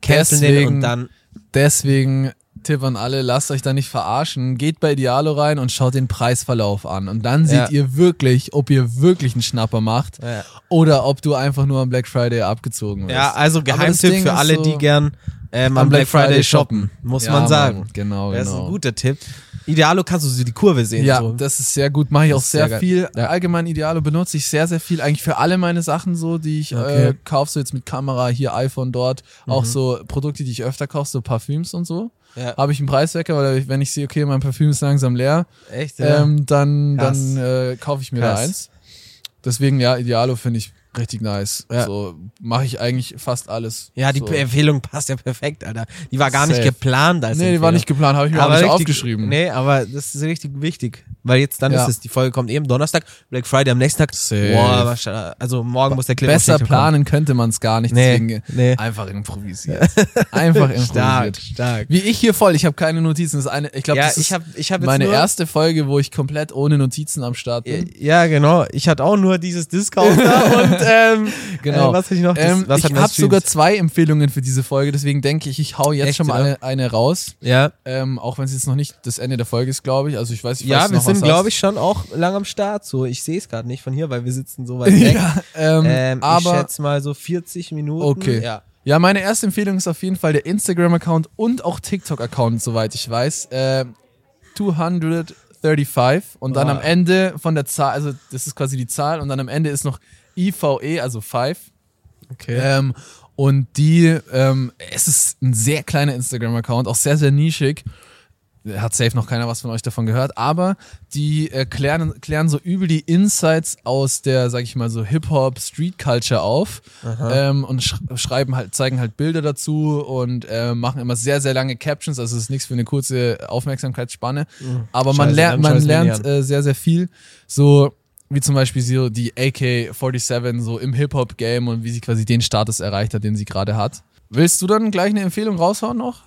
Speaker 2: canceln den
Speaker 1: Deswegen-
Speaker 2: und dann
Speaker 1: Deswegen Tipp an alle, lasst euch da nicht verarschen. Geht bei Idealo rein und schaut den Preisverlauf an. Und dann seht
Speaker 2: Ja.
Speaker 1: ihr wirklich, ob ihr wirklich einen Schnapper macht
Speaker 2: Ja.
Speaker 1: oder ob du einfach nur am Black Friday abgezogen wirst.
Speaker 2: ja, also
Speaker 1: das
Speaker 2: Geheimtipp
Speaker 1: Ding
Speaker 2: für
Speaker 1: ist
Speaker 2: alle,
Speaker 1: so-
Speaker 2: die gern ähm, am Black Friday shoppen, muss
Speaker 1: Ja,
Speaker 2: man sagen.
Speaker 1: Mann, genau,
Speaker 2: Das ist
Speaker 1: genau.
Speaker 2: ein guter Tipp. Idealo kannst du so die Kurve sehen.
Speaker 1: ja,
Speaker 2: so.
Speaker 1: das ist sehr gut. Mache ich auch
Speaker 2: ist sehr
Speaker 1: sehr,
Speaker 2: geil.
Speaker 1: viel.
Speaker 2: Ja.
Speaker 1: Allgemein Idealo benutze ich sehr, sehr viel. Eigentlich für alle meine Sachen so, die ich
Speaker 2: Okay. Mhm.
Speaker 1: äh, kaufe, so jetzt mit Kamera, hier iPhone, dort. Auch so Produkte, die ich öfter kaufe, so Parfüms und so.
Speaker 2: Ja.
Speaker 1: Habe ich einen Preiswecker, weil wenn ich sehe, okay, mein Parfüm ist langsam leer,
Speaker 2: echt.
Speaker 1: ähm, dann,
Speaker 2: Krass.
Speaker 1: dann äh, kaufe ich mir
Speaker 2: Krass.
Speaker 1: da eins. Deswegen, ja, Idealo finde ich richtig nice.
Speaker 2: Ja.
Speaker 1: So mache ich eigentlich fast alles.
Speaker 2: ja, die äh,
Speaker 1: so.
Speaker 2: Empfehlung passt ja perfekt, Alter. Die war gar nicht
Speaker 1: Safe.
Speaker 2: geplant als
Speaker 1: Nee, die
Speaker 2: Empfehlung.
Speaker 1: war nicht geplant, habe ich mir auch nicht
Speaker 2: richtig-
Speaker 1: aufgeschrieben.
Speaker 2: Nee, aber das ist richtig wichtig. Weil jetzt dann
Speaker 1: Ja.
Speaker 2: ist es, die Folge kommt eben Donnerstag, Black Friday am nächsten Tag.
Speaker 1: Safe.
Speaker 2: Boah, wahrscheinlich- also morgen muss der Clip
Speaker 1: Besser
Speaker 2: auf TikTok kommen.
Speaker 1: planen könnte man es gar nicht.
Speaker 2: Nee,
Speaker 1: deswegen
Speaker 2: nee.
Speaker 1: Einfach improvisiert. Einfach
Speaker 2: Stark,
Speaker 1: improvisiert.
Speaker 2: stark.
Speaker 1: Wie ich hier voll, ich habe keine Notizen. Das ist eine, ich glaube,
Speaker 2: ja,
Speaker 1: das ist
Speaker 2: ich habe ich hab jetzt
Speaker 1: meine
Speaker 2: nur,
Speaker 1: erste Folge, wo ich komplett ohne Notizen am Start bin.
Speaker 2: Ja, genau. Ich hatte auch nur dieses Discount da und ähm,
Speaker 1: Genau.
Speaker 2: äh, was hatte ich noch? Das-
Speaker 1: Ähm,
Speaker 2: was
Speaker 1: ich
Speaker 2: hatten wir
Speaker 1: habe
Speaker 2: Streams?
Speaker 1: sogar zwei Empfehlungen für diese Folge, deswegen denke ich, ich hau jetzt
Speaker 2: Echt,
Speaker 1: schon mal
Speaker 2: oder?
Speaker 1: eine, eine raus.
Speaker 2: Ja,
Speaker 1: Ähm, auch wenn es jetzt noch nicht das Ende der Folge ist, glaube ich. Also ich weiß, ich
Speaker 2: ja
Speaker 1: weiß
Speaker 2: wir
Speaker 1: noch,
Speaker 2: sind,
Speaker 1: was
Speaker 2: glaube
Speaker 1: hast.
Speaker 2: ich, schon auch lang am Start. So, ich sehe es gerade nicht von hier, weil wir sitzen so weit weg.
Speaker 1: ja, ähm,
Speaker 2: ähm, ich
Speaker 1: aber
Speaker 2: schätze mal so 40 Minuten.
Speaker 1: Okay.
Speaker 2: Ja.
Speaker 1: Ja, meine erste Empfehlung ist auf jeden Fall der Instagram-Account und auch TikTok-Account, soweit ich weiß. Äh, 235 und dann
Speaker 2: Ah.
Speaker 1: am Ende von der Zahl, also das ist quasi die Zahl und dann am Ende ist noch IVE, also 5.
Speaker 2: Okay.
Speaker 1: Ähm, und die, ähm, es ist ein sehr kleiner Instagram-Account, auch sehr, sehr nischig. Hat safe noch keiner was von euch davon gehört, aber die äh, klären, klären so übel die Insights aus der, sag ich mal, so Hip-Hop, Street-Culture auf ähm, und sch schreiben halt, zeigen halt Bilder dazu und äh, machen immer sehr, sehr lange Captions, also es ist nichts für eine kurze Aufmerksamkeitsspanne, aber man
Speaker 2: Mhm. Scheiße,
Speaker 1: lernt,
Speaker 2: dann schau
Speaker 1: man
Speaker 2: ich's mir nicht
Speaker 1: lernt
Speaker 2: an.
Speaker 1: äh, sehr, sehr viel. So wie zum Beispiel so die AK-47 so im Hip-Hop-Game und wie sie quasi den Status erreicht hat, den sie gerade hat. Willst du dann gleich eine Empfehlung raushauen noch?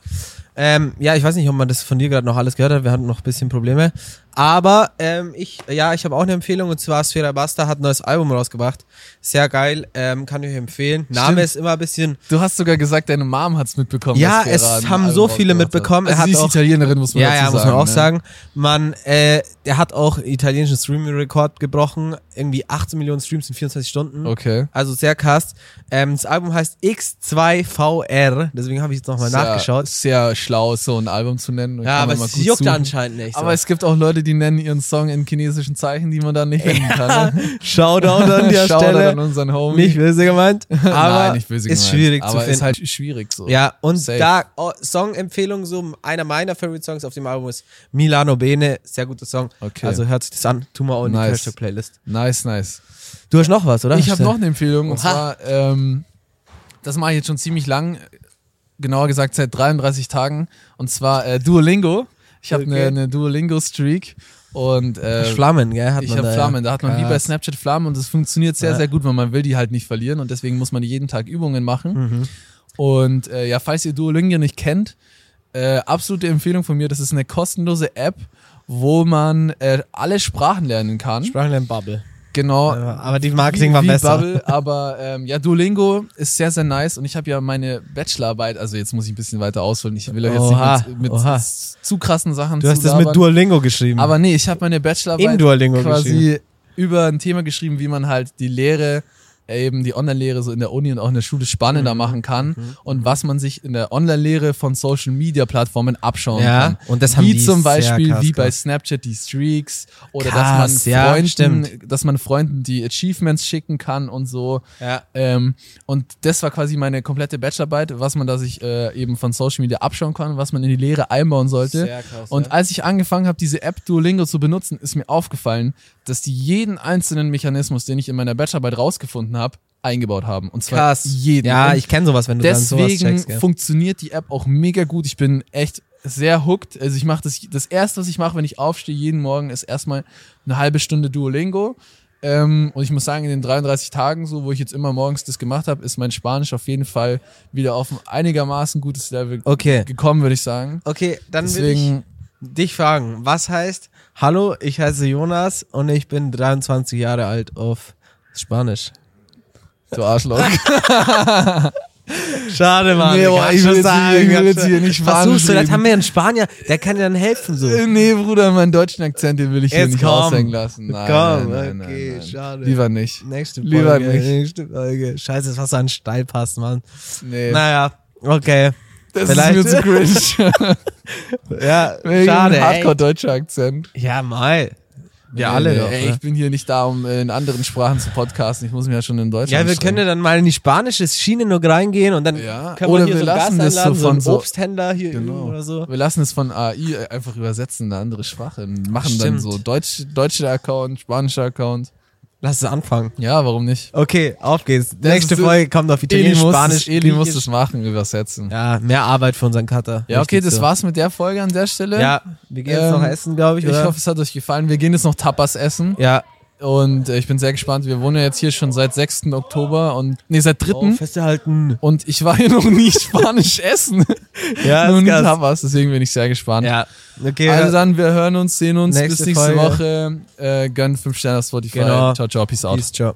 Speaker 2: Ähm, ja, ich weiß nicht, ob man das von dir gerade noch alles gehört hat. Wir hatten noch ein bisschen Probleme. Aber ähm, ich, ja, ich habe auch eine Empfehlung und zwar Sfera Basta hat ein neues Album rausgebracht. Sehr geil, ähm, kann ich euch empfehlen. Name ist immer ein bisschen.
Speaker 1: Du hast sogar gesagt, deine Mom hat's mitbekommen.
Speaker 2: Ja,
Speaker 1: dass Vera
Speaker 2: es
Speaker 1: ein
Speaker 2: haben
Speaker 1: Album
Speaker 2: so viele
Speaker 1: rausgebracht hat.
Speaker 2: mitbekommen. Er
Speaker 1: Also
Speaker 2: hat
Speaker 1: sie ist
Speaker 2: auch-
Speaker 1: Italienerin, muss man
Speaker 2: Ja,
Speaker 1: dazu
Speaker 2: ja,
Speaker 1: sagen.
Speaker 2: muss man auch
Speaker 1: ne?
Speaker 2: sagen. Man, äh, der hat auch italienischen Streaming-Rekord gebrochen. Irgendwie 18 Millionen Streams in 24 Stunden.
Speaker 1: Okay.
Speaker 2: Also sehr krass. Ähm, das Album heißt X2VR, deswegen habe ich jetzt nochmal
Speaker 1: Sehr-
Speaker 2: nachgeschaut.
Speaker 1: Sehr schlau, so ein Album zu nennen. Kann
Speaker 2: Ja, aber
Speaker 1: man mal
Speaker 2: es
Speaker 1: gut
Speaker 2: juckt
Speaker 1: suchen.
Speaker 2: anscheinend nicht.
Speaker 1: Aber
Speaker 2: so.
Speaker 1: es gibt auch Leute, die nennen ihren Song in chinesischen Zeichen, die man dann nicht nennen kann. Ne?
Speaker 2: Shoutout an der
Speaker 1: Shoutout
Speaker 2: Stelle.
Speaker 1: an unseren Homie.
Speaker 2: Nicht böse gemeint, aber
Speaker 1: Nein, nicht böse
Speaker 2: ist
Speaker 1: gemeint,
Speaker 2: schwierig zu
Speaker 1: aber
Speaker 2: finden.
Speaker 1: ist halt schwierig so.
Speaker 2: ja, und
Speaker 1: Safe.
Speaker 2: da oh, Songempfehlung, so einer meiner Favorite Songs auf dem Album ist Milano Bene, sehr guter Song.
Speaker 1: Okay.
Speaker 2: Also hört sich das an, tu mal auch in die
Speaker 1: Nice.
Speaker 2: Trash Talk Playlist.
Speaker 1: Nice, nice.
Speaker 2: Du hast noch was, oder?
Speaker 1: Ich habe noch eine Empfehlung und
Speaker 2: Oha.
Speaker 1: zwar, ähm, das mache ich jetzt schon ziemlich lang. genauer gesagt seit 33 Tagen. Und zwar äh, Duolingo. Ich habe eine
Speaker 2: Okay.
Speaker 1: ne, Duolingo-Streak. Und äh,
Speaker 2: Flammen, gell? Hat
Speaker 1: ich
Speaker 2: man
Speaker 1: habe
Speaker 2: da, ja.
Speaker 1: Flammen. Da hat man wie bei
Speaker 2: Krass.
Speaker 1: Snapchat Flammen und es funktioniert sehr,
Speaker 2: Ja.
Speaker 1: sehr gut, weil man will die halt nicht verlieren und deswegen muss man jeden Tag Übungen
Speaker 2: Mhm.
Speaker 1: machen. Und äh, ja, falls ihr Duolingo nicht kennt, äh, absolute Empfehlung von mir, das ist eine kostenlose App, wo man äh, alle Sprachen lernen kann.
Speaker 2: Sprachlernen Bubble.
Speaker 1: genau.
Speaker 2: Ja, aber die Marketing war
Speaker 1: wie
Speaker 2: besser.
Speaker 1: Bubble, aber ähm, ja, Duolingo ist sehr, sehr nice und ich habe ja meine Bachelorarbeit, also jetzt muss ich ein bisschen weiter ausholen, ich will euch jetzt
Speaker 2: Oha,
Speaker 1: nicht mit, mit
Speaker 2: oha.
Speaker 1: zu krassen Sachen
Speaker 2: Du hast das
Speaker 1: zulabern.
Speaker 2: mit Duolingo geschrieben.
Speaker 1: Aber nee, ich habe meine Bachelorarbeit
Speaker 2: Hm. In Duolingo
Speaker 1: quasi
Speaker 2: geschrieben.
Speaker 1: über ein Thema geschrieben, wie man halt die Lehre, äh, eben die Online-Lehre so in der Uni und auch in der Schule spannender
Speaker 2: Mhm.
Speaker 1: machen kann und was man sich in der Online-Lehre von Social-Media-Plattformen abschauen
Speaker 2: Ja,
Speaker 1: kann.
Speaker 2: und das haben
Speaker 1: wie
Speaker 2: die
Speaker 1: zum
Speaker 2: sehr
Speaker 1: Beispiel
Speaker 2: krass
Speaker 1: wie bei
Speaker 2: gemacht.
Speaker 1: Snapchat die Streaks oder dass
Speaker 2: Krass,
Speaker 1: man
Speaker 2: ja,
Speaker 1: Freunden,
Speaker 2: stimmt.
Speaker 1: dass man Freunden die Achievements schicken kann und so.
Speaker 2: ja.
Speaker 1: Ähm, und das war quasi meine komplette Bachelorarbeit, was man da sich äh, eben von Social Media abschauen kann, was man in die Lehre einbauen sollte.
Speaker 2: Sehr krass,
Speaker 1: und
Speaker 2: ja.
Speaker 1: als ich angefangen habe, diese App Duolingo zu benutzen, ist mir aufgefallen, dass die jeden einzelnen Mechanismus, den ich in meiner Bachelorarbeit rausgefunden habe, eingebaut haben. Und zwar
Speaker 2: Krass.
Speaker 1: jeden.
Speaker 2: Ja,
Speaker 1: Und
Speaker 2: ich kenne sowas, wenn du dann sowas
Speaker 1: deswegen
Speaker 2: checkst. Gell?
Speaker 1: funktioniert die App auch mega gut. Ich bin echt sehr hooked. Also ich mache das, das erste, was ich mache, wenn ich aufstehe jeden Morgen, ist erstmal eine halbe Stunde Duolingo. Ähm, und ich muss sagen, in den 33 Tagen, so wo ich jetzt immer morgens das gemacht habe, ist mein Spanisch auf jeden Fall wieder auf ein einigermaßen gutes Level
Speaker 2: Okay.
Speaker 1: gekommen, würde ich sagen.
Speaker 2: Okay, dann will
Speaker 1: Deswegen,
Speaker 2: ich dich fragen, was heißt, hallo, ich heiße Jonas und ich bin 23 Jahre alt auf Spanisch.
Speaker 1: du Arschloch.
Speaker 2: Schade, Mann.
Speaker 1: Nee,
Speaker 2: ich
Speaker 1: boah,
Speaker 2: hab
Speaker 1: ich will
Speaker 2: schon
Speaker 1: jetzt
Speaker 2: sagen,
Speaker 1: hier- ich will
Speaker 2: hab
Speaker 1: jetzt
Speaker 2: schon-
Speaker 1: hier nicht Spanisch
Speaker 2: Versuchst du, vielleicht
Speaker 1: reden.
Speaker 2: haben wir einen Spanier, der kann dir dann helfen so.
Speaker 1: nee, Bruder, meinen deutschen Akzent, den will ich hier
Speaker 2: Jetzt
Speaker 1: nicht
Speaker 2: komm.
Speaker 1: raushängen lassen. Nein, nein,
Speaker 2: Komm,
Speaker 1: nein,
Speaker 2: okay,
Speaker 1: nein, nein.
Speaker 2: schade.
Speaker 1: Lieber nicht.
Speaker 2: Nächste Folge.
Speaker 1: Lieber nicht.
Speaker 2: Nächste Folge. Scheiße, das war so ein Steilpass, Mann.
Speaker 1: Nee,
Speaker 2: Naja, okay.
Speaker 1: das
Speaker 2: vielleicht-
Speaker 1: ist mir zu cringe.
Speaker 2: Ja,
Speaker 1: Wegen
Speaker 2: schade.
Speaker 1: Hardcore
Speaker 2: Ey.
Speaker 1: deutscher Akzent.
Speaker 2: Ja, mal. Wir
Speaker 1: Nee,
Speaker 2: alle
Speaker 1: nee,
Speaker 2: doch.
Speaker 1: Ey,
Speaker 2: ne?
Speaker 1: ich bin hier nicht da, um äh, in anderen Sprachen zu podcasten. Ich muss mir ja schon in Deutsch
Speaker 2: Ja, wir können ja dann mal in die spanische Schiene noch reingehen und dann
Speaker 1: Ja,
Speaker 2: können
Speaker 1: oder
Speaker 2: wir, hier
Speaker 1: wir
Speaker 2: so
Speaker 1: lassen
Speaker 2: einen Gast
Speaker 1: das so
Speaker 2: einladen,
Speaker 1: von
Speaker 2: einen
Speaker 1: so-
Speaker 2: Obsthändler hier
Speaker 1: Genau.
Speaker 2: oder so.
Speaker 1: Wir lassen es von AI einfach übersetzen in eine andere Sprache. und Machen dann
Speaker 2: Stimmt.
Speaker 1: so Deutsch, deutscher Account, spanischer Account.
Speaker 2: Lass es anfangen.
Speaker 1: Ja, warum nicht?
Speaker 2: Okay, auf geht's. Nächste
Speaker 1: ist-
Speaker 2: Folge kommt auf
Speaker 1: Eli
Speaker 2: Italienisch,
Speaker 1: muss,
Speaker 2: Spanisch,
Speaker 1: es, Eli muss
Speaker 2: Griechisch.
Speaker 1: es machen, übersetzen. Ja,
Speaker 2: Ja, mehr Arbeit für unseren Cutter.
Speaker 1: okay,
Speaker 2: Richtig
Speaker 1: das
Speaker 2: so.
Speaker 1: war's mit der Folge an der Stelle.
Speaker 2: Ja, wir gehen jetzt
Speaker 1: Ähm,
Speaker 2: noch essen, glaube ich,
Speaker 1: Ich
Speaker 2: oder?
Speaker 1: hoffe, es hat euch gefallen. Wir gehen jetzt noch Tapas essen
Speaker 2: ja.
Speaker 1: und äh, ich bin sehr gespannt. Wir wohnen ja jetzt hier schon seit 6. Oktober und nee, seit 3.
Speaker 2: Oh, festhalten.
Speaker 1: und ich war hier noch nie Spanisch essen.
Speaker 2: Ja,
Speaker 1: Nun
Speaker 2: ist krass.
Speaker 1: Tapas, deswegen bin ich sehr gespannt.
Speaker 2: Ja, okay.
Speaker 1: Also dann, wir hören uns, sehen uns.
Speaker 2: Nächste
Speaker 1: Bis nächste
Speaker 2: Folge.
Speaker 1: Woche. Äh, gönn 5 Sterne auf Spotify.
Speaker 2: Genau.
Speaker 1: Ciao, ciao, peace out.
Speaker 2: Peace, ciao.